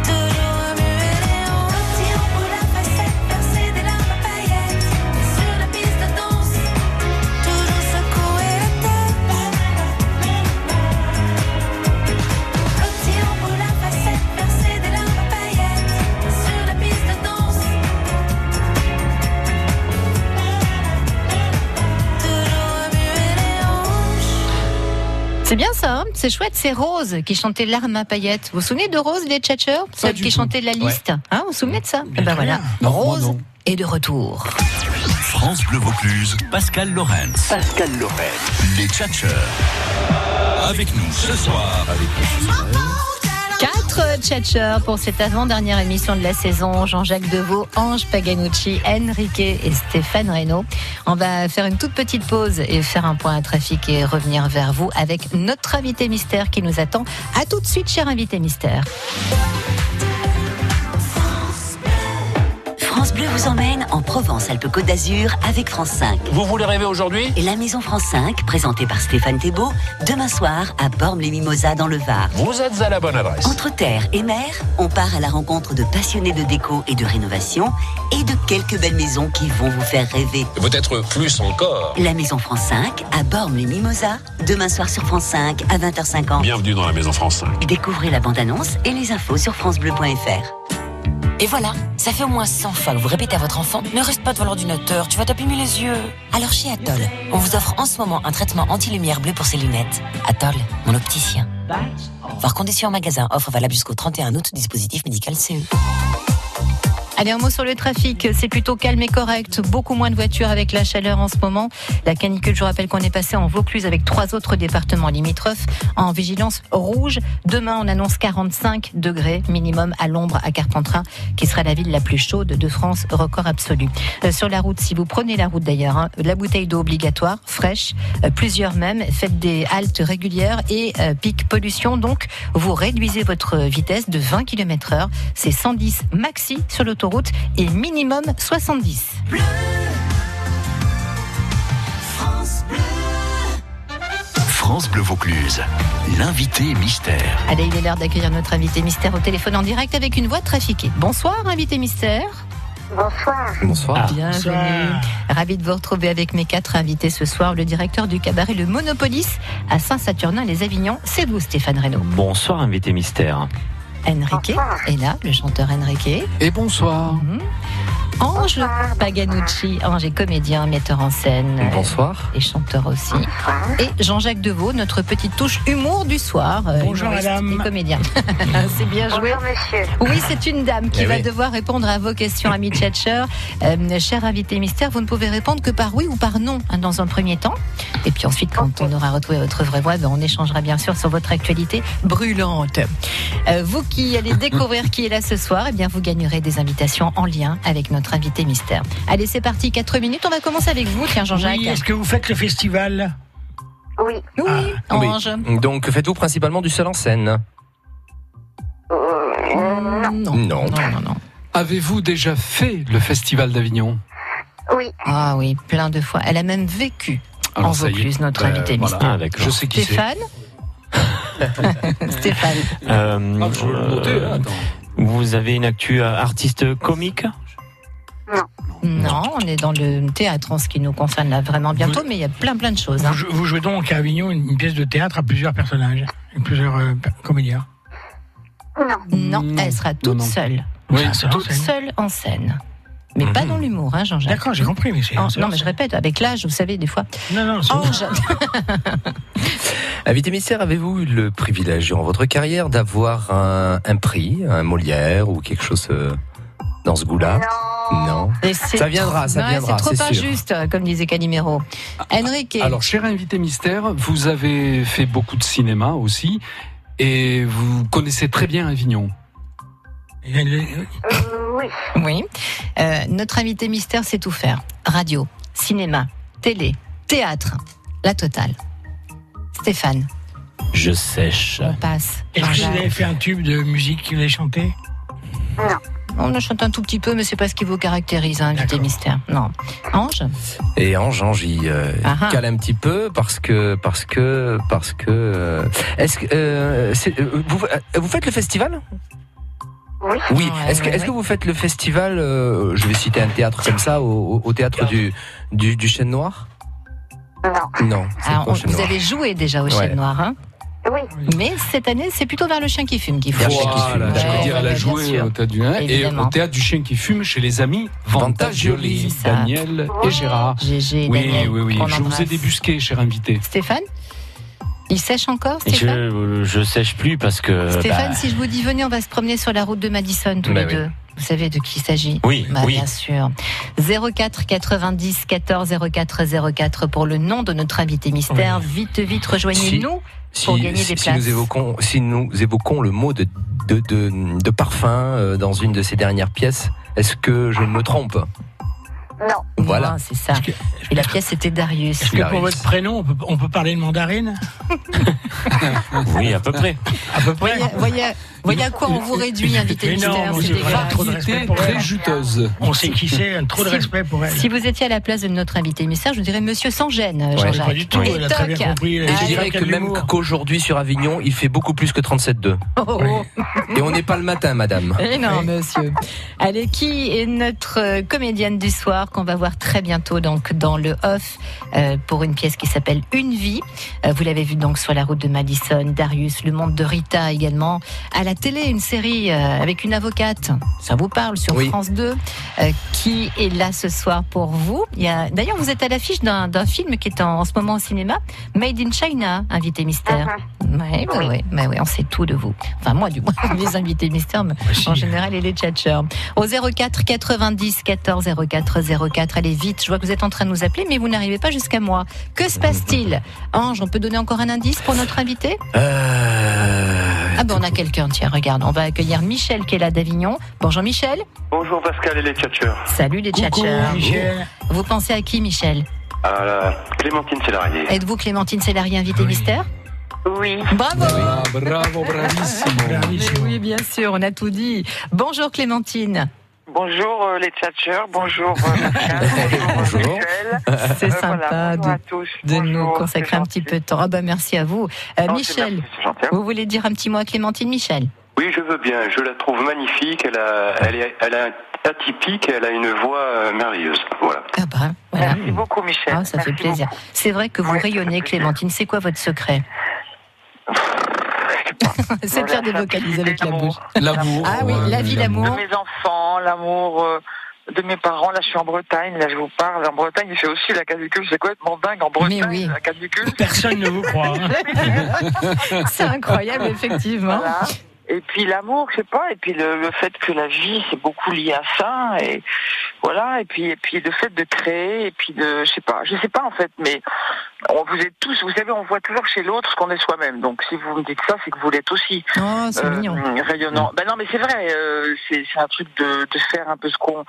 H: toujours remuer les hanches. Petit en boule à facettes, verser des larmes à paillettes sur la piste de danse. Toujours secouer la tête. Petit en boule à facettes, versé des larmes à paillettes sur la piste de danse. Toujours remuer les hanches.
C: C'est bien ça, hein c'est chouette, c'est Rose qui chantait l'arme à paillettes. Vous vous souvenez de Rose, les tchatcheurs Celle
E: du
C: qui
E: tout.
C: chantait la
E: Ouais.
C: liste. Hein, vous vous souvenez de ça Eh ben voilà,
E: Non, moi,
C: Rose
E: non.
C: est de retour.
A: France Bleu Vaucluse, Pascal Lorenz. Pascal Lorenz. Les tchatcheurs. Avec nous ce soir.
C: 4 Tchatcher pour cette avant-dernière émission de la saison. Jean-Jacques Deveau, Ange Paganucci, Enrique et Stéphane Reynaud. On va faire une toute petite pause et faire un point à trafic et revenir vers vous avec notre invité mystère qui nous attend. À tout de suite, cher invité mystère.
L: France Bleu vous emmène en Provence-Alpes-Côte d'Azur avec France 5.
M: Vous voulez rêver aujourd'hui
L: Et la Maison France 5, présentée par Stéphane Thébault, demain soir à Bormes-les-Mimosas dans le Var.
M: Vous êtes à la bonne adresse.
L: Entre terre et mer, on part à la rencontre de passionnés de déco et de rénovation et de quelques belles maisons qui vont vous faire rêver.
M: Peut-être plus encore.
L: La Maison France 5 à Bormes-les-Mimosas, demain soir sur France 5 à 20h50.
M: Bienvenue dans la Maison France 5.
L: Découvrez la bande-annonce et les infos sur francebleu.fr.
N: Et voilà, ça fait au moins 100 fois que vous répétez à votre enfant Ne reste pas devant l'ordinateur, tu vas t'abîmer les yeux. Alors chez Atoll, on vous offre en ce moment un traitement anti-lumière bleue pour ses lunettes. Atoll, mon opticien. Voir condition en magasin, offre valable jusqu'au 31 août, dispositif médical E. CE.
C: Allez, un mot sur le trafic. C'est plutôt calme et correct. Beaucoup moins de voitures avec la chaleur en ce moment. La canicule, je vous rappelle qu'on est passé en Vaucluse avec trois autres départements limitrophes en vigilance rouge. Demain, on annonce 45 degrés minimum à l'ombre à Carpentras, qui sera la ville la plus chaude de France, record absolu. Euh, sur la route, si vous prenez la route d'ailleurs, hein, la bouteille d'eau obligatoire, fraîche, euh, plusieurs même, faites des haltes régulières et euh, pic pollution. Donc, vous réduisez votre vitesse de 20 km heure. C'est 110 maxi sur l'autoroute et minimum 70.
O: France Bleu Vaucluse, l'invité mystère.
C: Allez, il est l'heure d'accueillir notre invité mystère au téléphone en direct avec une voix trafiquée. Bonsoir, invité mystère.
K: Bonsoir.
C: Ah.
D: Ah. Bonsoir.
C: Bienvenue. Ravi de vous retrouver avec mes quatre invités ce soir. Le directeur du cabaret Le Monopolis à Saint-Saturnin-les-Avignon. C'est vous, Stéphane Reynaud.
G: Bonsoir, invité mystère.
C: Enrique est là, le chanteur Enrique. Mhm.
E: Et bonsoir.
C: Ange Paganucci, Ange est comédien, metteur en scène. euh,
D: Bonsoir.
C: Et chanteur aussi. Et Jean-Jacques Deveau, notre petite touche humour du soir. euh,
F: Bonjour,
C: humoriste
F: madame.
C: et comédien. c'est bien joué. Oui, c'est une dame qui
F: Eh
C: va
F: oui.
C: devoir répondre à vos questions, ami Tchatcher. Euh, cher invité mystère, vous ne pouvez répondre que par oui ou par non hein, dans un premier temps. Et puis ensuite, quand on aura retrouvé votre vraie voix, ben, on échangera bien sûr sur votre actualité brûlante. Euh, vous qui allez découvrir qui est là ce soir, eh bien, vous gagnerez des invitations en lien avec notre invité mystère. Allez, c'est parti, 4 minutes. On va commencer avec vous, tiens, Jean-Jacques.
F: Oui, est-ce que vous faites le festival
K: Oui.
C: Oui, Ange.
D: Ah. Donc faites-vous principalement du seul en scène
K: Euh, Non.
D: Non.
E: Avez-vous déjà fait le Festival d'Avignon
K: Oui.
C: Ah oui, plein de fois. Elle a même vécu en
E: Alors, ça y est.
C: Vaucluse, notre
E: Ben,
C: invité
E: voilà.
C: mystère.
E: Ah, d'accord. Je sais qui c'est.
C: Stéphane Stéphane.
G: Euh,
E: je vais le noter,
G: euh, vous avez une actu euh, artiste comique
C: Non, on est dans le théâtre en ce qui nous concerne là vraiment bientôt, mais il y a plein plein de choses. hein.
F: Vous, vous jouez donc à Avignon une, une pièce de théâtre à plusieurs personnages, et plusieurs euh, per- comédiens.
C: Non, elle sera toute
F: non.
C: seule.
F: Oui,
C: toute seule en scène. Mais pas dans l'humour, hein, Jean-Jacques.
F: Mhm. D'accord, j'ai compris, mais c'est-
C: En-
F: c'est-
C: Non, mais je répète, avec l'âge, vous savez, des fois.
F: Non, non,
C: Ange.
D: Invité mystère, avez-vous eu le privilège durant votre carrière d'avoir un, un prix, un Molière ou quelque chose euh, dans ce goût-là Non.
C: Et c'est
D: Ça viendra,
C: trop-
D: ça
C: Ouais,
D: viendra,
C: C'est
D: c'est
C: trop
D: sûr.
C: injuste, comme disait Calimero.
F: Ah,
C: Enrique.
E: Alors, cher invité mystère, vous avez fait beaucoup de cinéma aussi, et vous connaissez très bien Avignon.
K: oui.
C: Oui. Euh, notre invité mystère sait tout faire. Radio, cinéma, télé, théâtre, la totale. Stéphane,
G: Je sèche.
C: on passe.
F: Est-ce que
C: Jean-Jacques.
F: vous avez fait un tube de musique que vous avez chanté
C: On le chante un tout petit peu, mais c'est pas ce qui vous caractérise, hein, invité mystère. Non. Ange
D: Et Ange, Ange, il euh,
C: Ah ah.
D: cale un petit peu parce que parce que parce que. euh, Est-ce que euh, c'est- euh, vous, euh, vous faites le festival
K: Oui.
D: Oui.
K: Ouais,
D: Est-ce que
K: ouais,
D: est-ce que vous faites le festival euh, Je vais citer un théâtre comme ça au, au- au théâtre du du, du Chêne Noir. Non. Non. c'est
C: Alors,
D: pas
C: Ah,
D: au
C: on-
D: Chêne
C: vous
D: Noir.
C: avez joué déjà au Chêne
D: Ouais.
C: Noir, hein
K: Oui.
C: Mais cette année, c'est plutôt vers le chien qui fume qu'il faut.
E: Voilà, je veux dire, elle a
C: bien
E: joué
C: sûr.
E: au Théâtre du Nain et
C: Évidemment.
E: au Théâtre du Chien qui fume chez les amis Vantagioli,
C: C'est ça.
E: Daniel et Gérard.
C: GG,
E: oui,
C: Daniel,
E: oui, oui,
C: qu'on
E: je vous ai
C: embrasse.
E: débusqué, cher invité.
C: Stéphane Il sèche encore,
G: Je,
C: Stéphane
G: euh, je sèche plus parce que.
C: Stéphane,
G: bah,
C: si je vous dis venez, on va se promener sur la route de Madison tous
G: bah
C: les
G: oui.
C: deux. Vous savez de qui il s'agit
G: Oui,
C: Bah,
G: oui.
C: bien sûr. 04 90 14 04 04 pour le nom de notre invité mystère. Vite, vite, rejoignez-nous
D: Si,
C: pour gagner
D: si-
C: des
D: si
C: places.
D: nous évoquons, si nous évoquons le mot de, de, de- de parfum euh, dans une de ces dernières pièces, est-ce que je ne me
C: Euh,
D: trompe
K: Non.
D: Voilà.
C: Ah, c'est ça. Et la pièce c'était Darius.
F: Est-ce que pour votre prénom, on peut, on peut parler de mandarine
G: Oui, à peu près.
F: À peu près.
C: Voyez, voyez, voyez à quoi on vous réduit, invité
F: Mais non,
C: mystère.
F: mon
C: c'est
F: Dieu, voilà,
C: dégueulasse.
F: trop de respect pour elle.
E: juteuse.
F: On sait qui c'est, un trop de
C: Si-
F: respect pour elle.
C: Si vous étiez à la place de notre invité mystère, je dirais Monsieur sans gêne, Jean-Jacques.
F: pas du tout,
C: Et
F: elle a très bien
C: toc.
F: compris.
D: Et je dirais que même qu'aujourd'hui sur Avignon, il fait beaucoup plus que 37,2.
C: Oh, oh.
D: Et on n'est pas le matin, madame.
C: Eh non, monsieur. Allez, qui est notre euh, comédienne du soir qu'on va voir très bientôt donc dans le off euh, pour une pièce qui s'appelle Une vie. Euh, vous l'avez vu donc sur la route de Madison, Darius, Le Monde de Rita également. À la télé, une série euh, avec une avocate. Ça vous parle sur
D: Oui.
C: France 2. euh, qui est là ce soir pour vous Il y a- D'ailleurs, vous êtes à l'affiche d'un d'un film qui est en, en ce moment au cinéma, Made in China, invité mystère. Ouais, bah ouais, bah ouais, on sait tout de vous. Enfin, moi, du moins, les invités mystères, mais en général, et les tchatcheurs. Au 04 90 14 04 04. Allez vite, je vois que vous êtes en train de nous appeler, mais vous n'arrivez pas jusqu'à moi. Que se passe-t-il Ange, on peut donner encore un indice pour notre invité Ah, ben, on a quelqu'un, tiens, regarde. On va accueillir Michel qui est là d'Avignon. Bonjour, Michel.
P: Bonjour Pascal et les tchatcheurs.
C: Salut, les tchatcheurs.
P: Michel.
C: Vous pensez à qui, Michel
P: À la Clémentine Célarier.
C: Êtes-vous Clémentine Célari, invitée mystère
K: Oui.
C: Bravo
E: bravo,
K: Ah,
C: Mais Oui, bien sûr, on a tout dit. Bonjour Clémentine.
K: Bonjour euh, les tchatcheurs, bonjour euh, Pascal, bonjour, euh, Michel.
C: C'est
K: Euh, voilà,
C: sympa
K: bonjour à
C: de, de nous consacrer un petit peu de temps. Ah bah merci à vous. Euh,
P: Non, c'est
C: Michel,
P: merci, c'est gentil.
C: vous voulez dire un petit mot à Clémentine Michel
P: Oui, je veux bien. Je la trouve magnifique. Elle a, elle est, elle a atypique. Elle a une voix euh, merveilleuse. Voilà.
C: Ah bah, voilà.
K: Merci beaucoup Michel.
C: Ah, ça fait plaisir. C'est vrai que vous rayonnez Clémentine. C'est quoi votre secret C'est de faire des vocalises avec la bouche.
E: L'amour.
C: Ah oui, la vie, l'amour.
K: De mes enfants, l'amour euh, de mes parents. Là, je suis en Bretagne, là, je vous parle. En Bretagne, il fait aussi la canicule. C'est complètement dingue en Bretagne, la canicule.
F: Personne ne vous croit. hein.
C: C'est incroyable, effectivement.
K: Voilà. Et puis l'amour, je sais pas, et puis le, le fait que la vie, c'est beaucoup lié à ça, et voilà, et puis et puis le fait de créer, et puis de, je sais pas, je sais pas en fait, mais on vous êtes tous, vous savez, on voit toujours chez l'autre ce qu'on est soi-même. Donc si vous me dites ça, c'est que vous l'êtes aussi.
C: Oh, c'est
K: Euh,
C: mignon.
K: Rayonnant. Ben non, mais c'est vrai, euh, c'est c'est un truc de, de faire un peu ce qu'on,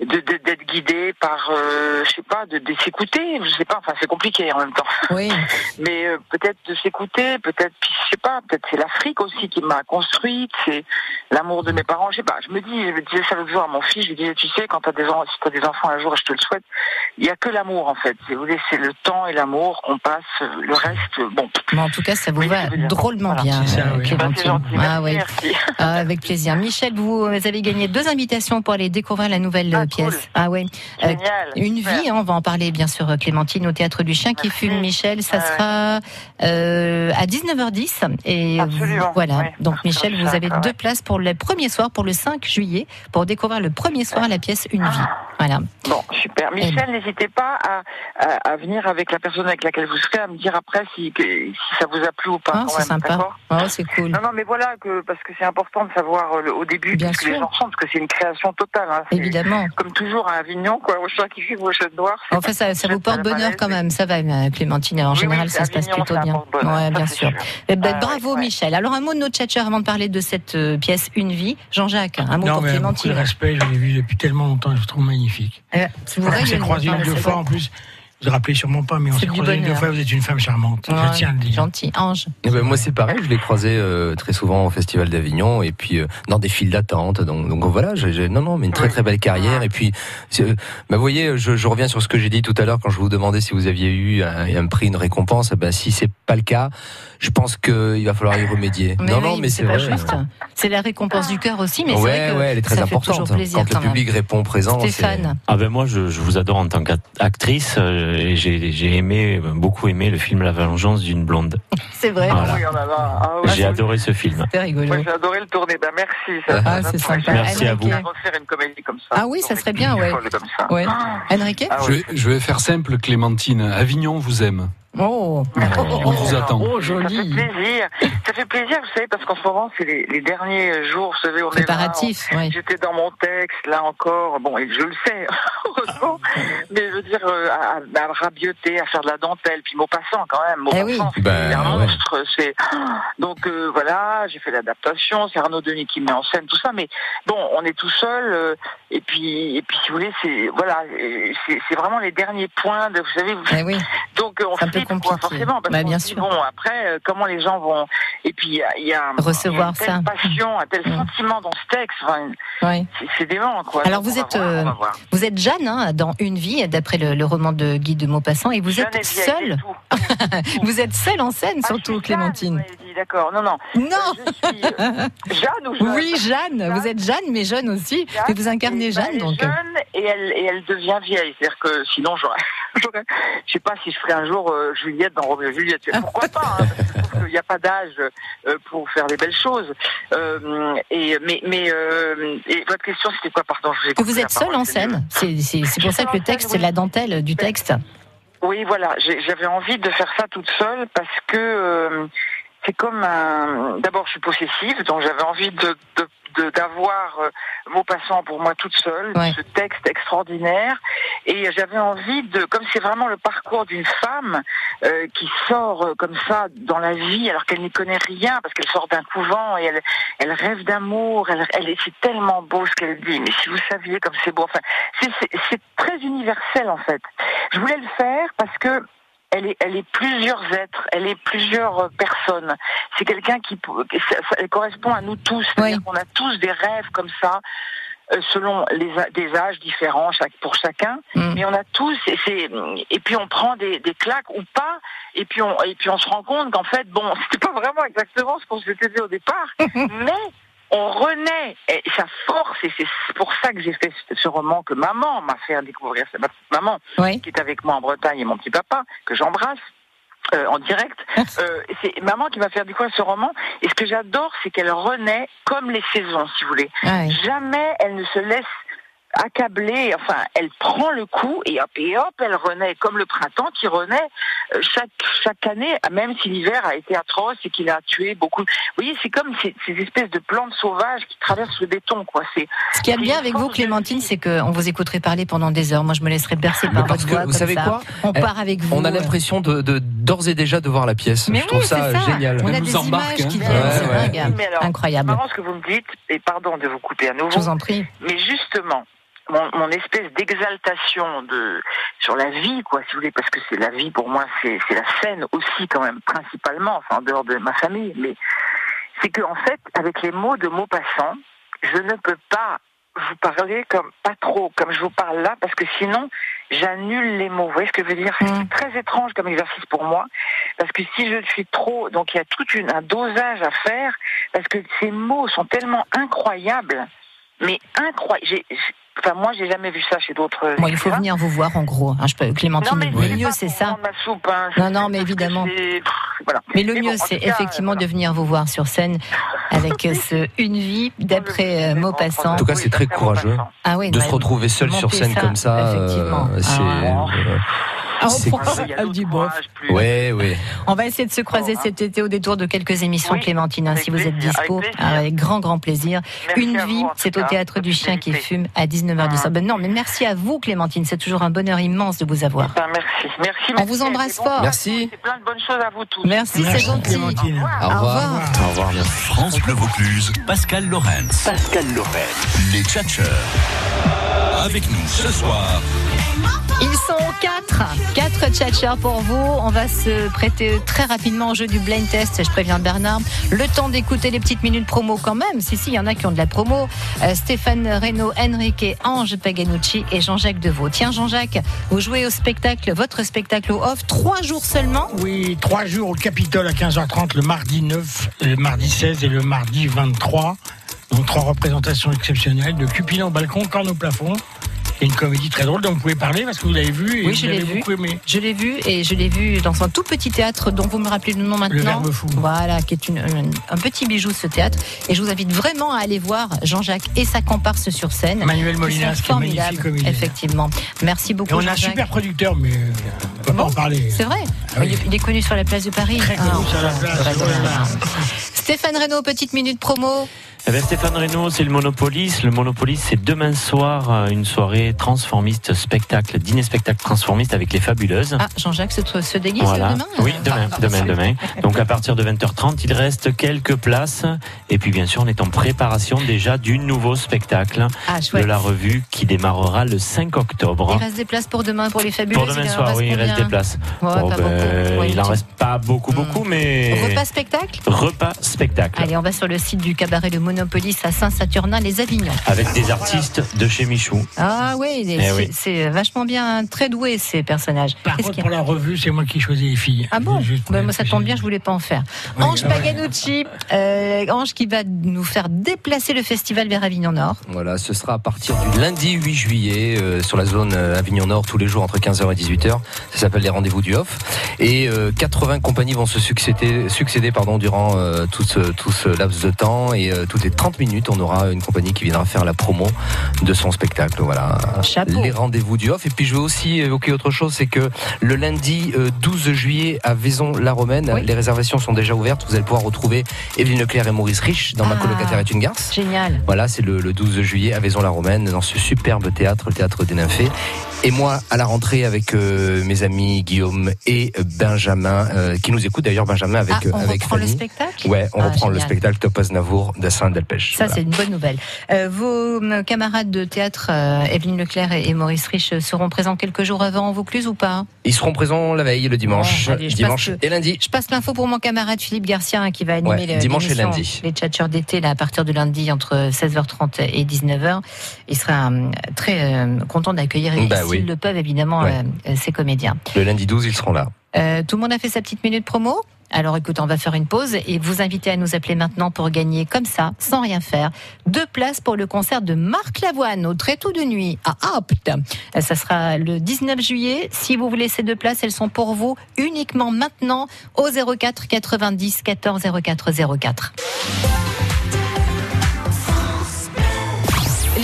K: de- de- d'être guidé par, euh, je sais pas, de, de s'écouter, je sais pas, enfin c'est compliqué en même temps.
C: Oui.
K: Mais euh, peut-être de s'écouter, peut-être, puis je sais pas, peut-être c'est l'Afrique aussi qui m'a construite, c'est l'amour de mes parents, je sais pas. Je me dis, je me disais ça l'autre jour à mon fils, je lui disais, tu sais, quand t'as des, en- si t'as des enfants un jour, je te le souhaite, il y a que l'amour en fait. Si vous voulez, c'est le temps et l'amour, on passe, euh, le reste, euh, bon.
C: Mais en tout cas, ça vous va drôlement bien,
K: C'est ça,
C: euh,
K: oui.
C: Clémentine.
K: Bah, c'est gentil,
C: Ah
K: merci,
C: oui.
K: merci.
C: Ah, avec plaisir. Michel, vous avez gagné deux invitations pour aller découvrir la nouvelle euh, pièce. Ah ouais. Euh,
K: Génial.
C: une
K: Super.
C: vie, hein, on va en parler bien sûr, euh, Clémentine, au Théâtre du Chien qui fume Michel. Ça
K: Ah ouais.
C: sera euh, à 19h10. Et
K: Absolument,
C: vous- voilà.
K: ouais.
C: Donc Michel, vous
K: ça,
C: avez
K: ah ouais.
C: deux places pour le premier soir, pour le 5 juillet, pour découvrir le premier soir la pièce
K: Ah,
C: Une vie. Voilà.
K: Bon, super. Michel, n'hésitez pas à, à, à venir avec la personne avec laquelle vous serez, à me dire après si, que- si ça vous a plu ou pas.
C: Ah,
K: quand
C: c'est
K: même,
C: sympa.
K: d'accord
C: Ah, c'est cool.
K: Non, non, mais voilà, que, parce que c'est important de savoir euh, le- au début
C: Bien
K: ce que les
C: sûr.
K: gens sont, parce que c'est une création totale. hein. C'est
C: Évidemment.
K: Comme toujours à Avignon, quoi, au chat qui fume, au chat noir. c'est
C: Enfin, ça, ça vous porte bonheur quand même. Ça va, euh, Clémentine. En
K: Oui,
C: général,
K: oui,
C: ça se passe
K: Avignon,
C: plutôt
K: ça
C: bien.
K: porte bonheur,
C: Ouais,
K: ça,
C: bien
K: c'est
C: sûr.
K: sûr.
C: Eh ben,
K: Ah,
C: bravo,
K: ouais.
C: Michel. Alors, un mot de notre chatcheur avant de parler de cette euh, pièce Une vie. Jean-Jacques, un mot
F: Non,
C: pour
F: mais beaucoup
C: Clémentine.
F: de respect, je l'ai vu depuis tellement longtemps, je le trouve magnifique.
C: Euh, si
D: Ah,
C: vous
F: on
C: rayonnez,
F: s'est croisés
C: enfin,
F: une deux
C: c'est
F: fois
C: bon.
F: en plus. Vous ne rappelez sûrement pas, mais on
C: C'est
F: s'est
C: du
F: croisés une deux
C: bonheur.
F: fois. Vous êtes une femme charmante.
C: Ouais,
F: je tiens à le dire.
C: Gentil. Ange.
D: Eh ben, moi, c'est pareil, je l'ai croisé euh, très souvent au Festival d'Avignon et puis euh, dans des files d'attente. Donc, donc voilà, j'ai- j'ai- non, non, mais une très très belle carrière. Et puis, c'est- euh, bah, vous voyez, je, je reviens sur ce que j'ai dit tout à l'heure quand je vous demandais si vous aviez eu un, un prix, une récompense. Eh Ben, si c'est pas le cas, je pense qu'il va falloir y remédier. non, non,
C: oui,
D: mais c'est
C: pas
D: vrai.
C: juste. hein. C'est la récompense du cœur aussi, mais
D: ouais,
C: c'est vrai que
D: ouais, elle est très
C: ça fait
D: importante. hein,
C: toujours plaisir
D: Quand
C: quand
D: le public
C: même.
D: répond présent, c'est-
C: Stéphane.
G: Ah ben moi, je, je vous adore en tant qu'actrice. euh, et J'ai j'ai aimé, beaucoup aimé le film La Vengeance d'une blonde.
C: C'est vrai.
G: Voilà.
K: Ah oui, oh là là. Ah ouais.
G: J'ai adoré ce film.
C: C'était rigolo.
K: Moi, j'ai adoré le tourner. Ben, merci. Ça,
G: Ah,
K: ça-
G: c'est
K: ça-
G: sympa. Merci
K: j'aimerais
G: à vous.
K: bien refaire une comédie comme ça.
C: Ah oui, ça serait bien, ouais.
K: Comme ça.
C: Ouais. Enrique
K: Ah
E: Je, vais, je vais faire simple, Clémentine. Avignon vous aime.
K: Oh,
E: On vous attend. Oh,
K: Ça fait plaisir. Ça fait plaisir, vous savez, parce qu'en ce moment, c'est les, les derniers jours, vous savez, on est là,
C: Préparatifs,
K: on- J'étais dans mon texte, là encore. Bon, et je le sais, heureusement. Mais je veux dire, euh, à, à- à rabioter, à faire de la dentelle, puis mot passant quand même.
C: Eh
K: Mot passant, c'est un monstre. C'est... Donc euh, voilà, j'ai fait l'adaptation, c'est Arnaud Denis qui met en scène tout ça. Mais bon, on est tout seul. euh, et puis, et puis, si vous voulez, c'est, voilà, euh, c'est, c'est vraiment les derniers points. De, vous savez, vous,
C: Eh
K: donc euh, on flippe, quoi, forcément.
C: Bah,
K: Parce qu'on se dit, bon, après, euh, comment les gens vont. Et puis, il y a- il y, a il y a
C: Recevoir
K: une telle
C: ça. Mm.
K: passion, un tel sentiment dans ce texte. Enfin,
C: Ouais.
K: c'est- C'est dément, quoi.
C: Alors
K: Donc,
C: vous
K: on va
C: êtes,
K: voir,
C: euh,
K: on va voir.
C: vous êtes Jeanne hein, dans Une vie, d'après le, le roman de Guy de Maupassant, et vous
K: Jeanne
C: êtes
K: est vieille
C: seule. vous êtes seule en
K: Ah,
C: scène, surtout Clémentine.
K: Dis, D'accord, non, non.
C: Non
K: Jeanne ou
C: Oui, Jeanne. Vous êtes Jeanne, mais jeune aussi. et vous incarnez Jeanne, donc. euh,
K: bah, jeune et elle, et elle devient vieille. C'est-à-dire que sinon, j'aurais. j'aurais- Je sais pas si je ferais un jour euh, Juliette dans Roméo et Juliette.
C: Ah,
K: Pourquoi pas hein, parce que je trouve qu'il n'y a pas d'âge euh, pour faire des belles choses. Euh, et, mais mais euh, et votre question, c'était quoi Pardon, je vous ai
C: Que
K: coupé
C: vous
K: la
C: êtes seule
K: parole,
C: en
K: c'est
C: scène. C'est c'est- c'est pour ça que le texte, c'est la dentelle du
K: Ben,
C: texte.
K: Oui, voilà, j'ai- j'avais envie de faire ça toute seule parce que euh, c'est comme un. D'abord, je suis possessive, donc j'avais envie de de- de- d'avoir euh, Maupassant pour moi toute seule, ce texte extraordinaire, et j'avais envie de, comme c'est vraiment le parcours d'une femme euh, qui sort euh, comme ça dans la vie alors qu'elle n'y connaît rien parce qu'elle sort d'un couvent et elle elle rêve d'amour, elle elle c'est tellement beau ce qu'elle dit, mais si vous saviez comme c'est beau, enfin c'est- c'est c'est très universel en fait. Je voulais le faire parce que elle est, elle est plusieurs êtres, elle est plusieurs euh, personnes. C'est quelqu'un qui, pou- que ça- ça- elle correspond à nous tous. C'est-à-dire qu'on a tous des rêves comme ça, euh, selon les, a- des âges différents chaque, pour chacun. Mais on a tous, et, c'est- et puis on prend des, des claques ou pas, et puis on, et puis on se rend compte qu'en fait, bon, c'était pas vraiment exactement ce qu'on s'était dit au départ, mais on renaît. Et sa force, et c'est pour ça que j'ai fait ce, ce roman que maman m'a fait découvrir, c'est ma petite maman, qui est avec moi en Bretagne, et mon petit papa, que j'embrasse. euh, en direct. Euh, c'est maman qui m'a fait découvrir ce roman. Et ce que j'adore, c'est qu'elle renaît comme les saisons, si vous voulez. Jamais elle ne se laisse accablée, enfin, elle prend le coup et hop, et hop, elle renaît, comme le printemps qui renaît euh, chaque, chaque année, même si l'hiver a été atroce et qu'il a tué beaucoup. Vous voyez, c'est comme ces, ces espèces de plantes sauvages qui traversent le béton, quoi. C'est
C: Ce qui est bien avec vous, Clémentine, c'est qu'on vous écouterait parler pendant des heures. Moi, je me laisserai bercer par
D: Parce
C: votre
D: que
C: voix.
D: vous
C: comme
D: savez
C: ça.
D: quoi
C: On
D: Eh,
C: part avec vous.
D: On a
C: euh,
D: l'impression de de- d'ores et déjà de voir la pièce.
C: Mais
D: Je trouve
C: oui,
D: ça,
C: c'est ça.
D: génial.
C: On a Elle des nous embarque, images qui hein. viennent,
D: Ouais,
C: c'est
D: ouais.
C: dingue.
K: Oui, mais alors,
C: Incroyable.
K: C'est marrant ce que vous me dites, et pardon de vous couper à nouveau.
C: Je vous en prie.
K: Mais justement, mon, mon espèce d'exaltation de sur la vie, quoi, si vous voulez, parce que c'est la vie pour moi, c'est c'est la scène aussi quand même, principalement, enfin en dehors de ma famille, mais c'est que en fait, avec les mots de mots passants, je ne peux pas vous parler comme pas trop comme je vous parle là parce que sinon j'annule les mots. Vous voyez ce que je veux dire C'est très étrange comme exercice pour moi parce que si je suis trop, donc il y a tout un dosage à faire parce que ces mots sont tellement incroyables, mais incroyables. Enfin moi j'ai jamais vu ça chez d'autres.
C: Bon, il faut venir vous voir, en gros. hein. Je peux- Clémentine,
K: Non, mais
C: le
K: je vais
C: mieux,
K: pas
C: c'est
K: vous
C: ça.
K: vendre ma soupe, hein.
C: Non, non, mais évidemment. Mais le mieux, c'est effectivement de venir vous voir sur scène avec euh, ce Une vie d'après euh, Maupassant.
D: En tout cas, c'est très courageux
C: Ah oui,
D: de
C: bah,
D: se retrouver seul sur
C: monter
D: scène
C: ça, Ah
D: comme ça. euh, c'est. euh, c'est- Ouais, ouais.
C: On va essayer de se croiser cet été au détour de quelques émissions, Clémentine, hein, si vous êtes dispo. Avec, grand, grand plaisir. Une vie, c'est au théâtre du chien qui fume à 19h10. Ah ben non, mais merci à vous, Clémentine. C'est toujours un bonheur immense de vous avoir.
K: Eh ben, merci, merci.
C: On vous embrasse fort.
D: Merci.
K: Plein de bonnes choses à vous tous.
C: Merci, c'est gentil.
O: Au revoir. Au revoir. France Bleu Vaucluse, Pascal Lorenz. Pascal Lorenz. Les Tchatcheurs. Avec nous ce soir,
C: Ils sont quatre, quatre tchatchers pour vous. On va se prêter très rapidement au jeu du blind test. Je préviens Bernard. Le temps d'écouter les petites minutes promo quand même. Si, si, il y en a qui ont de la promo. Euh, Stéphane Reynaud, Enrique, Ange Paganucci et Jean-Jacques Deveau. Tiens, Jean-Jacques, vous jouez au spectacle, votre spectacle au off, trois jours seulement.
F: Oui, trois jours au Capitole à 15h30 le mardi 9, le mardi 16 et le mardi 23. Donc trois représentations exceptionnelles de Cupidon au balcon, Corne au plafond Il y a une comédie très drôle dont vous pouvez parler parce que vous l'avez vue et
C: Oui,
F: vous
C: je l'ai
F: l'avez
C: vue.
F: beaucoup aimée.
C: Je l'ai vu et je l'ai vu dans un tout petit théâtre dont vous me rappelez le nom maintenant.
F: Verbe Fou.
C: Voilà, qui est une- une- un petit bijou ce théâtre. Et je vous invite vraiment à aller voir Jean-Jacques et sa comparse sur scène.
F: Manuel
C: qui
F: Molinas,
C: sont
F: qui est un magnifique
C: formidables,
F: comédien.
C: Effectivement. Merci beaucoup.
F: Et on a un
C: Jean-Jacques.
F: super producteur, mais euh, on va pas en parler.
C: C'est vrai.
F: Ah oui.
C: Il est connu sur la place de Paris. Ah,
F: sur la
C: c'est
F: place,
C: vrai,
F: oh là là.
C: Stéphane Reynaud, petite minute promo.
G: Eh ben, Stéphane Reynaud, c'est le Monopolis. Le Monopolis, c'est demain soir euh, une soirée transformiste spectacle, dîner spectacle transformiste avec les fabuleuses.
C: Ah, Jean-Jacques se, se déguise
G: Voilà.
C: demain Ah,
G: Oui, demain, demain, demain. Donc à partir de 20h30, il reste quelques places. Et puis bien sûr, on est en préparation déjà du nouveau spectacle
C: Ah,
G: de
C: chouette.
G: la revue qui démarrera le 5 octobre.
C: Il reste des places pour demain pour les fabuleux.
G: Pour demain soir, oui, il reste des places. Bon, ben, il en reste pas beaucoup, beaucoup,
C: Hmm.
G: mais
C: Repas spectacle
G: repas spectacle.
C: Allez, on va sur le site du cabaret Le Monopolis à Saint-Saturnin, les Avignon.
G: Avec des artistes de chez Michou.
C: Ah oui,
G: Eh
C: c'est
G: oui.
C: c'est vachement bien, hein. très doué ces personnages.
F: Par contre, pour la revue, c'est moi qui choisis les filles.
C: Ah bon Bah, Moi, ça tombe bien, je voulais pas en faire. Ange
F: ah ouais.
C: Paganucci, euh, Ange qui va nous faire déplacer le festival vers Avignon Nord.
D: Voilà, ce sera à partir du lundi 8 juillet euh, sur la zone euh, Avignon Nord tous les jours entre 15h et 18h. Ça s'appelle les rendez-vous du off. Et euh, 80 compagnies vont se succéder, succéder pardon, durant euh, tout, ce, tout ce laps de temps. Et euh, toutes les 30 minutes, on aura une compagnie qui viendra faire la promo de son spectacle. Voilà. Les rendez-vous du off. Et puis je veux aussi évoquer autre chose, c'est que le lundi euh, 12 juillet à Vaison-la-Romaine, les réservations sont déjà ouvertes. Vous allez pouvoir retrouver Evelyne Leclerc et Maurice Rich dans Ma colocataire est une garce.
C: Ah, Génial.
D: Voilà, c'est le, le 12 juillet à Vaison-la-Romaine, dans ce superbe théâtre, le théâtre des Nymphées. Et moi, à la rentrée avec euh, mes amis Guillaume et Benjamin, euh, qui nous écoutent d'ailleurs, Benjamin avec
C: Ah, on
D: euh, avec
C: reprend le
D: Fanny.
C: spectacle
D: Ouais, on
C: Ah,
D: reprend le
C: génial.
D: spectacle Topaz Navour d'Assin d'Alpèche.
C: Ça,
D: Voilà.
C: c'est une bonne nouvelle. Euh, vos euh, camarades de théâtre, euh, Evelyne Leclerc et, et Maurice Rich, euh, seront présents quelques jours avant en Vaucluse ou pas
D: Ils seront présents la veille, le dimanche,
C: Bon, Oh, allez, je
D: dimanche
C: passe le-
D: et lundi.
C: Je passe l'info pour mon camarade Philippe Garcia hein, qui va animer
D: Ouais,
C: le,
D: dimanche et
C: l'émission
D: lundi.
C: Les tchatcheurs d'été là à partir de lundi entre 16h30 et 19h. Il sera euh, très euh, content d'accueillir et
D: Bah
C: s'ils
D: oui.
C: le peuvent évidemment
D: Ouais.
C: euh, euh, ces comédiens.
D: Le lundi 12, ils seront là.
C: Euh, tout le monde a fait sa petite minute promo. Alors écoute, on va faire une pause et vous invitez à nous appeler maintenant pour gagner comme ça, sans rien faire, deux places pour le concert de Marc Lavoine au Tréteau de Nuit à Apt. Euh, Ça sera le 19 juillet. Si vous voulez ces deux places, elles sont pour vous uniquement maintenant au 04 90 14 04 04.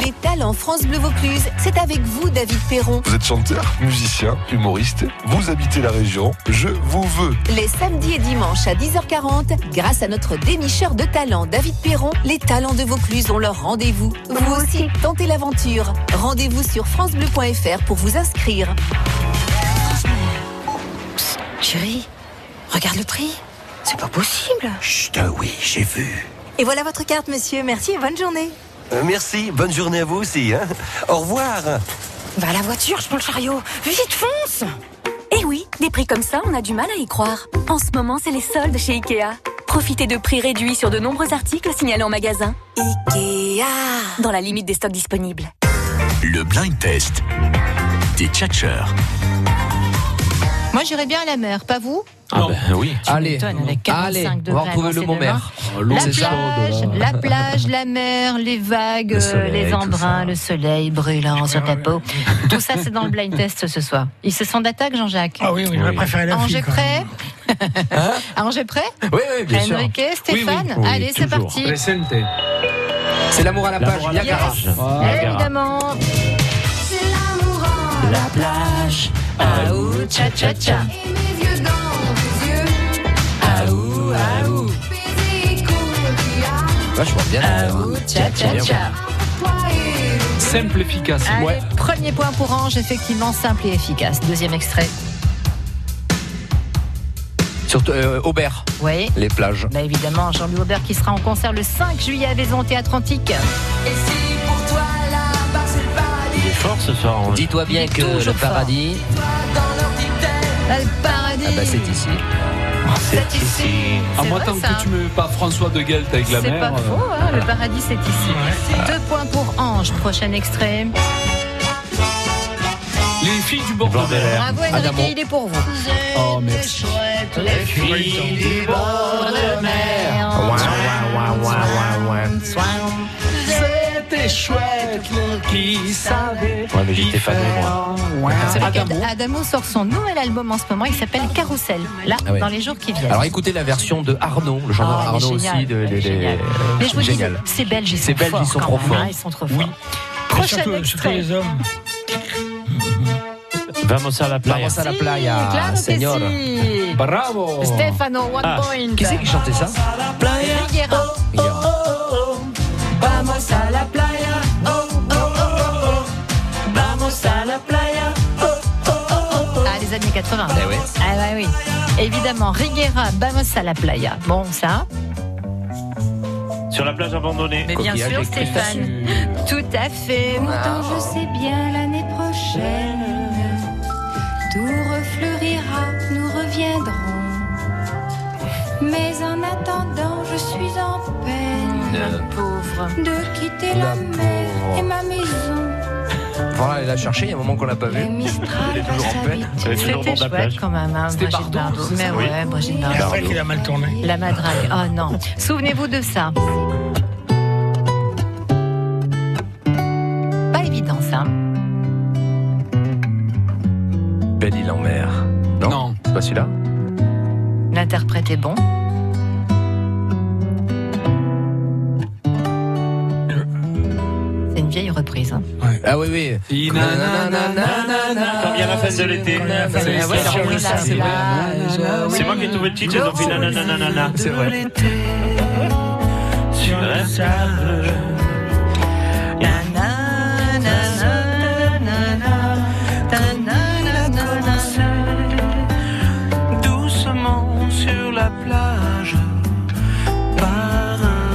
J: Les talents France Bleu Vaucluse, c'est avec vous David Perron.
Q: Vous êtes chanteur, musicien, humoriste, vous habitez la région, je vous veux.
J: Les samedis et dimanches à 10h40, grâce à notre dénicheur de talents David Perron, les talents de Vaucluse ont leur rendez-vous. Vous aussi, tentez l'aventure. Rendez-vous sur francebleu.fr pour vous inscrire.
R: Psst, chérie, regarde le prix. C'est pas possible. Chut,
S: oui, j'ai vu.
R: Et voilà votre carte, monsieur. Merci et bonne journée.
S: Euh, merci, bonne journée à vous aussi. hein. Au revoir.
R: Va à la voiture, je prends le chariot. Vite, fonce Eh oui, des prix comme ça, on a du mal à y croire. En ce moment, c'est les soldes chez Ikea. Profitez de prix réduits sur de nombreux articles signalés en magasin. Ikea Dans la limite des stocks disponibles.
O: Le blind test des tchatcheurs.
C: Moi, j'irai bien à la mer, pas vous
G: Ah ben oui.
D: Allez,
C: m'étonnes, avec 45
D: allez, on
C: degrés
D: va
C: à
D: retrouver le
C: lancer
D: mot
C: demain.
D: mer.
C: La plage, la plage, la mer, les vagues,
D: Le
C: euh,
D: soleil,
C: les
D: tout
C: embruns, le soleil brûlant sur ta peau. Tout ça, c'est dans le blind test ce soir. Ils se sont d'attaque, Jean-Jacques
F: Ah oui, oui, j'aurais Oui. préféré la fille,
C: Angers
F: quand
C: prêt Angers prêt
D: Hein Oui, oui, bien sûr.
C: Enrique, Stéphane
D: Oui, oui.
C: Allez, c'est
D: Toujours.
C: parti.
D: C'est l'amour à la page,
H: à la
D: Niagara.
H: page.
C: Évidemment.
H: C'est l'amour en
D: La plage,
H: aou,
D: cha cha cha.
H: Et mes vieux dans vos yeux, Ah aou, aou. Baiser conquis
D: Là, je vois
H: Ah
D: bien.
H: aou, cha cha cha. Toi et
E: Simple, efficace.
C: Allez, premier point pour Ange, effectivement, simple et efficace. Deuxième extrait.
D: Surtout euh, Aubert.
C: Oui.
D: Les plages.
C: Bah évidemment, Jean-Louis Aubert qui sera en concert le 5 juillet à Vaison au Théâtre Antique.
H: Et si pour toi là-bas c'est le paradis,
G: Il est fort ce soir.
D: Dis-toi bien que le paradis.
H: dans leur petite tête,
C: le paradis.
D: Ah bah, c'est ici.
H: C'est ici.
E: À
C: C'est
E: Ah, moi,
C: vrai,
E: tant
C: ça.
E: que tu me mets pas François de Gelt avec la
C: C'est
E: mer.
C: pas
E: euh,
C: faux, hein, le paradis c'est ici.
E: Ouais.
C: Deux points pour Ange, prochain extrait.
E: Les filles du bord de mer.
C: Bravo Enrique, il est pour vous.
E: Oh, merci.
H: les filles du
F: Ah
H: bord de mer.
C: Soin.
H: C'est C'était chouette, qui savait.
G: Ouais, mais j'étais fan de moi.
C: C'est vrai qu'Adamo sort son nouvel album en ce moment, il s'appelle Carousel, là,
D: Ah ouais.
C: dans les jours qui viennent.
D: Alors écoutez la version de Arnaud, le chanteur
C: Ah, elle est
D: Arnaud
C: géniale,
D: aussi. De,
C: elle est
D: les- les-
C: géniale. Mais je vous dis,
D: génial.
C: ces Belges, ils sont
D: Ces Belges,
C: forts
D: ils sont
C: quand
D: trop
C: même,
D: forts.
C: hein, ils sont trop forts. Prochain
F: Surtout, surtout
C: extrait.
F: les hommes.
G: Vamos à la playa.
D: Bah, Vamos a la playa,
C: claro que
D: señor.
C: si.
D: Bravo.
C: Stefano, one
D: Ah,
C: point.
D: Qui c'est qui chantait ça
H: hein.
C: Riguera.
H: Oh, Vamos à la playa. Oh, oh, oh, oh, oh. Vamos à la playa. Oh,
C: Ah, les années 80.
H: Eh ouais.
C: Ah, bah oui. Évidemment, Riguera, Vamos à la playa. Bon, ça.
G: Sur la plage abandonnée.
C: Mais bien sûr, Stéphane. Tout à fait.
T: Pourtant, je sais bien l'année prochaine, tout refleurira, nous reviendrons. Mais en attendant, je suis en peine
C: pauvre.
T: de quitter la,
D: La
T: mer
D: pauvre.
T: et ma maison.
D: Voilà, elle l'a cherché, il y a un moment qu'on l'a pas vu. Elle est toujours en peine.
C: C'était chouette quand même, hein,
D: C'était
C: Brigitte
D: Bardot,
C: Bardot.
D: c'est
C: Mais
D: ça
C: ouais,
D: Oui.
C: Brigitte
D: Et
F: Et
C: Bardot.
F: après qu'il a mal tourné.
C: La madrague. Oh non. Souvenez-vous de ça. Pas évident, ça.
D: Belle île en mer. Non, C'est pas celui-là
C: L'interprète est bon. C'est une vieille reprise. hein.
D: Ah oui, oui.
G: Quand vient la fête de l'été.
C: Ah ouais, alors oui, là, c'est
G: C'est C'est moi qui ai trouvé le titre, j'ai fait nananana. C'est vrai. Sur la sable.
H: Doucement sur la plage.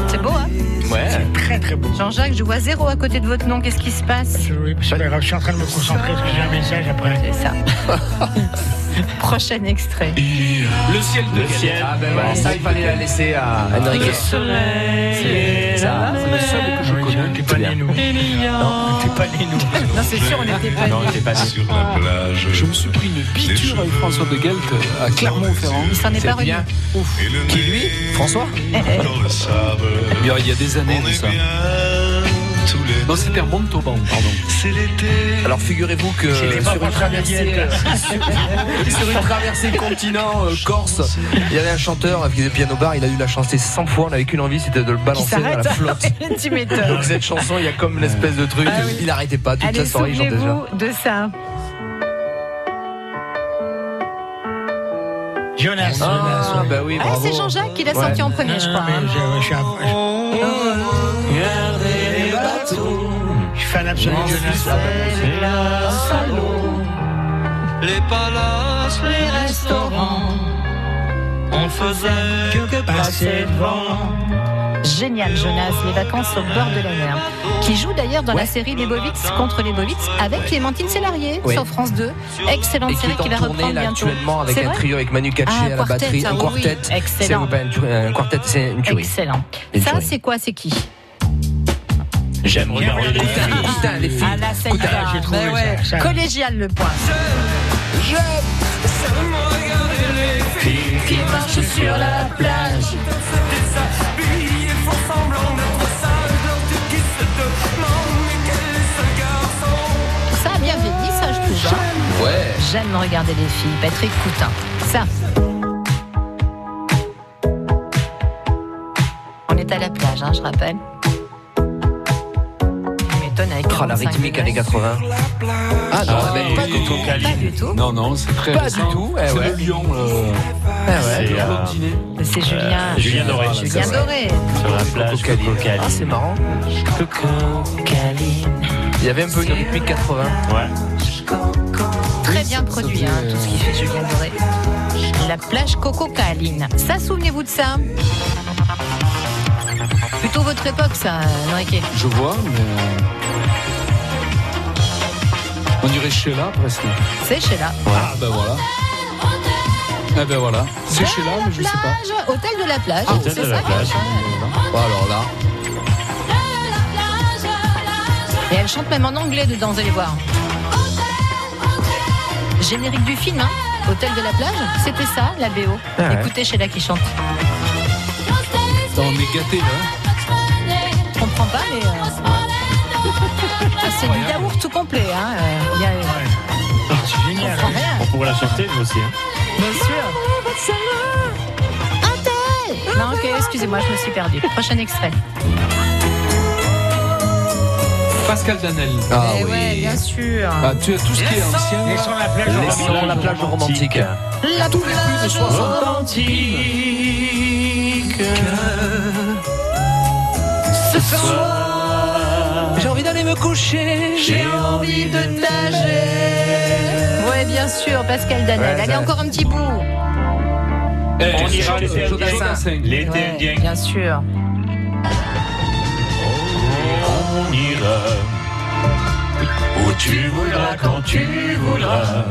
C: C'est beau, hein
D: Ouais.
F: Très très beau.
C: Jean-Jacques, je vois zéro à côté de votre nom. Qu'est-ce qui se passe
F: Oui, c'est pas grave, je suis en train de me concentrer parce que j'ai un message après.
C: C'est ça. Prochain extrait.
D: Le ciel de le ciel. Ah ben voilà, ça, il fallait la laisser à Enrique.
H: Le soleil.
D: Ça, c'est le seul que je connais. T'es pas né, nous. Non, t'es pas né, nous. Ah
C: Non, c'est sûr, on n'était pas
D: Non, t'es pas né. Sur la plage.
E: Je me suis pris une biture avec François de Gelt euh, à Clermont-Ferrand.
C: Il s'en est pas revenu. Eh,
E: Qui lui François Il y a- il y a des années de ça. Non, c'était un Montauban, pardon.
D: Alors figurez-vous que sur
E: C'était pas
D: une
E: François de
D: traversée,
E: Gelt.
D: euh, sur une traversée continent euh, Corse, il y avait un chanteur qui faisait piano bar, il a dû la chanter 100 fois, on n'avait qu'une envie, c'était de le balancer dans la
C: s'arrête.
D: flotte.
C: tu m'étonnes.
D: Donc cette chanson, il y a comme une espèce de truc,
C: Ah oui.
D: il arrêtait pas toute
C: Allez,
D: la soirée, il chantait déjà.
C: souvenez-vous de ça.
F: Jonas.
D: Ah, bah oui,
C: Ah,
D: bravo.
C: c'est Jean-Jacques qui l'a sorti en premier, je crois. hein.
F: Je suis fan absolu de Jonas.
H: Les palaces, les restaurants, on faisait que passer devant.
C: Génial, Jonas, les vacances au bord de la mer. Qui joue d'ailleurs dans la série Les Bovitz contre les Bovitz avec Clémentine Sélarié
D: Ouais.
C: sur France 2. Excellente
D: Et qui
C: série
D: est en
C: qui va
D: tournée
C: reprendre
D: là,
C: bientôt.
D: actuellement avec
C: C'est
D: un
C: vrai
D: trio avec Manu Katché
C: Ah,
D: à la
C: quartet,
D: batterie,
C: ça,
D: un
C: oui, oui.
D: quartet. C'est
C: Excellent.
D: pas un tu- un quartet, c'est une tuerie.
C: Excellent.
D: Une
C: Ça,
D: tuerie.
C: c'est quoi C'est qui
G: J'aime regarder les filles.
D: Putain, les filles.
C: Ah là, ça y
D: Putain,
C: va.
D: j'ai trouvé
C: Ben ouais.
D: ça, ça.
C: Collégial, le point.
H: Qui marche sur la plage, déshabillés font semblant d'être sages, donc qui se demandent mais quel est ce garçon.
C: Ça a bien vieilli, ça, je trouve. hein.
H: Ouais.
C: J'aime regarder les filles. Patrick Coutin. Ça. On est à la plage, hein, je rappelle. Tu m'étonnes
E: Oh,
C: avec
D: Ah, la
C: 45
D: rythmique
C: degrés.
D: années 80. Ah non,
C: Ah,
D: mais
C: pas
D: du tout.
C: Pas du tout.
E: Non, non, c'est très
D: Pas
E: récent.
D: du tout, eh
E: C'est
D: ouais.
E: le lion. euh,
C: Eh
D: ouais.
E: c'est, euh,
C: C'est Julien.
E: Euh, Julien Doré.
C: Julien
E: C'est
C: Doré.
G: Sur la plage, Coco-Cali.
D: Ah, c'est marrant. Il y avait un peu une rythmique 80.
G: Ouais.
C: Très bien produit, hein, tout ce qu'il fait, Julien Doré. La plage Coco Caline. Ça, souvenez-vous de ça Plutôt votre époque, ça, Enrique.
E: Je vois, mais. euh, On dirait Sheila presque.
C: C'est chez là.
E: Ah ben voilà. Ah ben voilà. C'est Sheila, mais je sais pas.
C: Plage, hôtel de la plage.
G: Ah,
E: Ah, Hôtel
C: c'est
E: de la
C: ça.
E: plage.
D: Bon, alors là.
C: Et elle chante même en anglais dedans, vous allez voir. Générique du film, hein Hôtel de la plage, c'était ça, la BO.
E: Ah ouais.
C: Écoutez Sheila qui chante.
E: Attends, on est gâtés là.
C: Je comprends pas, mais. euh, Ah, C'est du yaourt tout complet. Hein. euh, il y a-
G: C'est génial. On pourrait la chanter, nous aussi. hein.
C: Bien sûr. Intel Non, ok, excusez-moi, je me suis perdue. Prochain extrait.
E: Pascal Danel.
D: Ah
C: Eh ouais, bien sûr.
E: Ah, tu as tout ce qui est ancien.
F: Laissons la plage
D: Laissons
F: romantique.
D: la plage romantique.
C: La
H: plage
G: romantique.
H: Ce soir,
D: j'ai envie d'aller me coucher.
H: J'ai envie de nager.
C: Ouais, bien sûr, Pascal Danel.
H: Ouais,
C: Allez,
H: ça-
C: encore un petit bout.
E: Eh,
G: on ira l'été indien.
E: Jodassin.
G: L'été
C: Ouais,
G: indien.
C: bien sûr.
G: On ira où tu voudras quand tu voudras.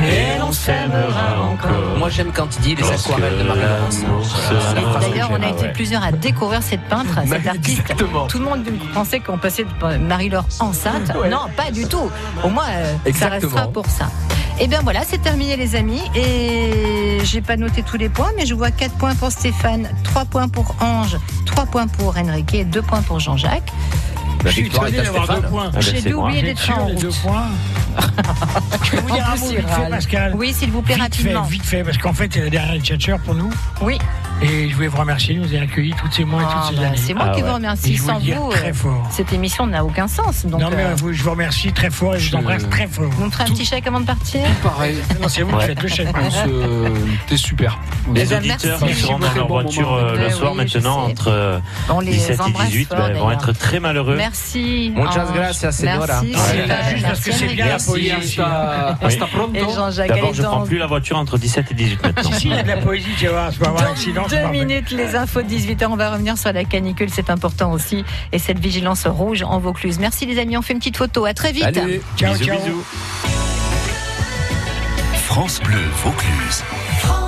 G: Et on s'aimera encore.
D: Moi j'aime quand il dit les aquarelles de Marie-Laurence. Ah,
C: D'ailleurs, on a été plusieurs à découvrir cette peintre, cette artiste. Tout le monde pensait qu'on passait de Marie-Laure enceinte. Non, pas du tout. Au moins, euh, ça
D: Exactement.
C: restera pour ça. Et bien voilà, c'est terminé les amis. Et j'ai pas noté tous les points, mais je vois 4 points pour Stéphane, 3 points pour Ange, 3 points pour Enrique, 2 points pour Jean-Jacques.
D: La victoire est à Stéphane. Ah, ben,
C: J'ai dû oublier d'être en route.
F: Je vous dire
C: En
F: un
C: plus,
F: mot
C: il
F: vite fait,
C: râle.
F: Pascal.
C: Oui, s'il vous plaît,
F: Vite
C: rapidement.
F: fait, vite fait, parce qu'en fait, c'est la dernière chatcher pour nous.
C: Oui.
F: Et je voulais vous remercier de nous avoir accueillis toutes ces mois et
C: Ah,
F: toutes ces
C: bah,
F: années.
C: c'est moi qui vous
F: Et
C: remercie.
F: je
C: Sans
F: le dire
C: vous, euh,
F: très fort.
C: cette émission n'a aucun sens. Donc,
F: non, mais
C: euh,
F: vous- je vous remercie très fort et je vous embrasse très fort.
C: vous me ferez un petit chèque avant de partir
E: Pareil.
F: Non, c'est vous qui
G: Ouais.
F: faites le chèque. hein.
E: On se- T'es super.
G: Les
C: Eh ben,
G: auditeurs qui
C: merci.
G: seront dans
E: Merci
G: leur
E: beaucoup.
G: voiture euh,
C: Eh
G: le soir
C: oui,
G: maintenant
C: je sais.
G: entre euh,
C: On les
G: 17 et
C: embrasse
G: 18
C: fort,
G: bah, vont
C: d'ailleurs.
G: être très malheureux.
C: Merci.
D: Muchas
C: Ange.
D: gracias, señora.
C: Merci,
D: Ah,
C: Sylvain.
D: c'est
F: juste parce que
C: Merci,
F: c'est bien la euh,
C: Enrique.
F: poésie.
E: Hasta,
G: Oui.
E: hasta pronto.
C: Et Jean-Jacques,
G: D'abord,
C: allez,
G: je prends
C: dans
G: plus la voiture entre 17 et 18 maintenant.
F: Si, si, il y a de la poésie, tu vas voir, tu vas avoir un accident. c'est
C: deux
F: parfait.
C: minutes, les infos de 18h. On va revenir sur la canicule, c'est important aussi. Et cette vigilance rouge en Vaucluse. Merci les amis, on fait une petite photo. À très vite.
D: Salut.
F: Ciao,
G: Bisous,
F: ciao.
G: bisous.
O: France Bleu Vaucluse.
H: France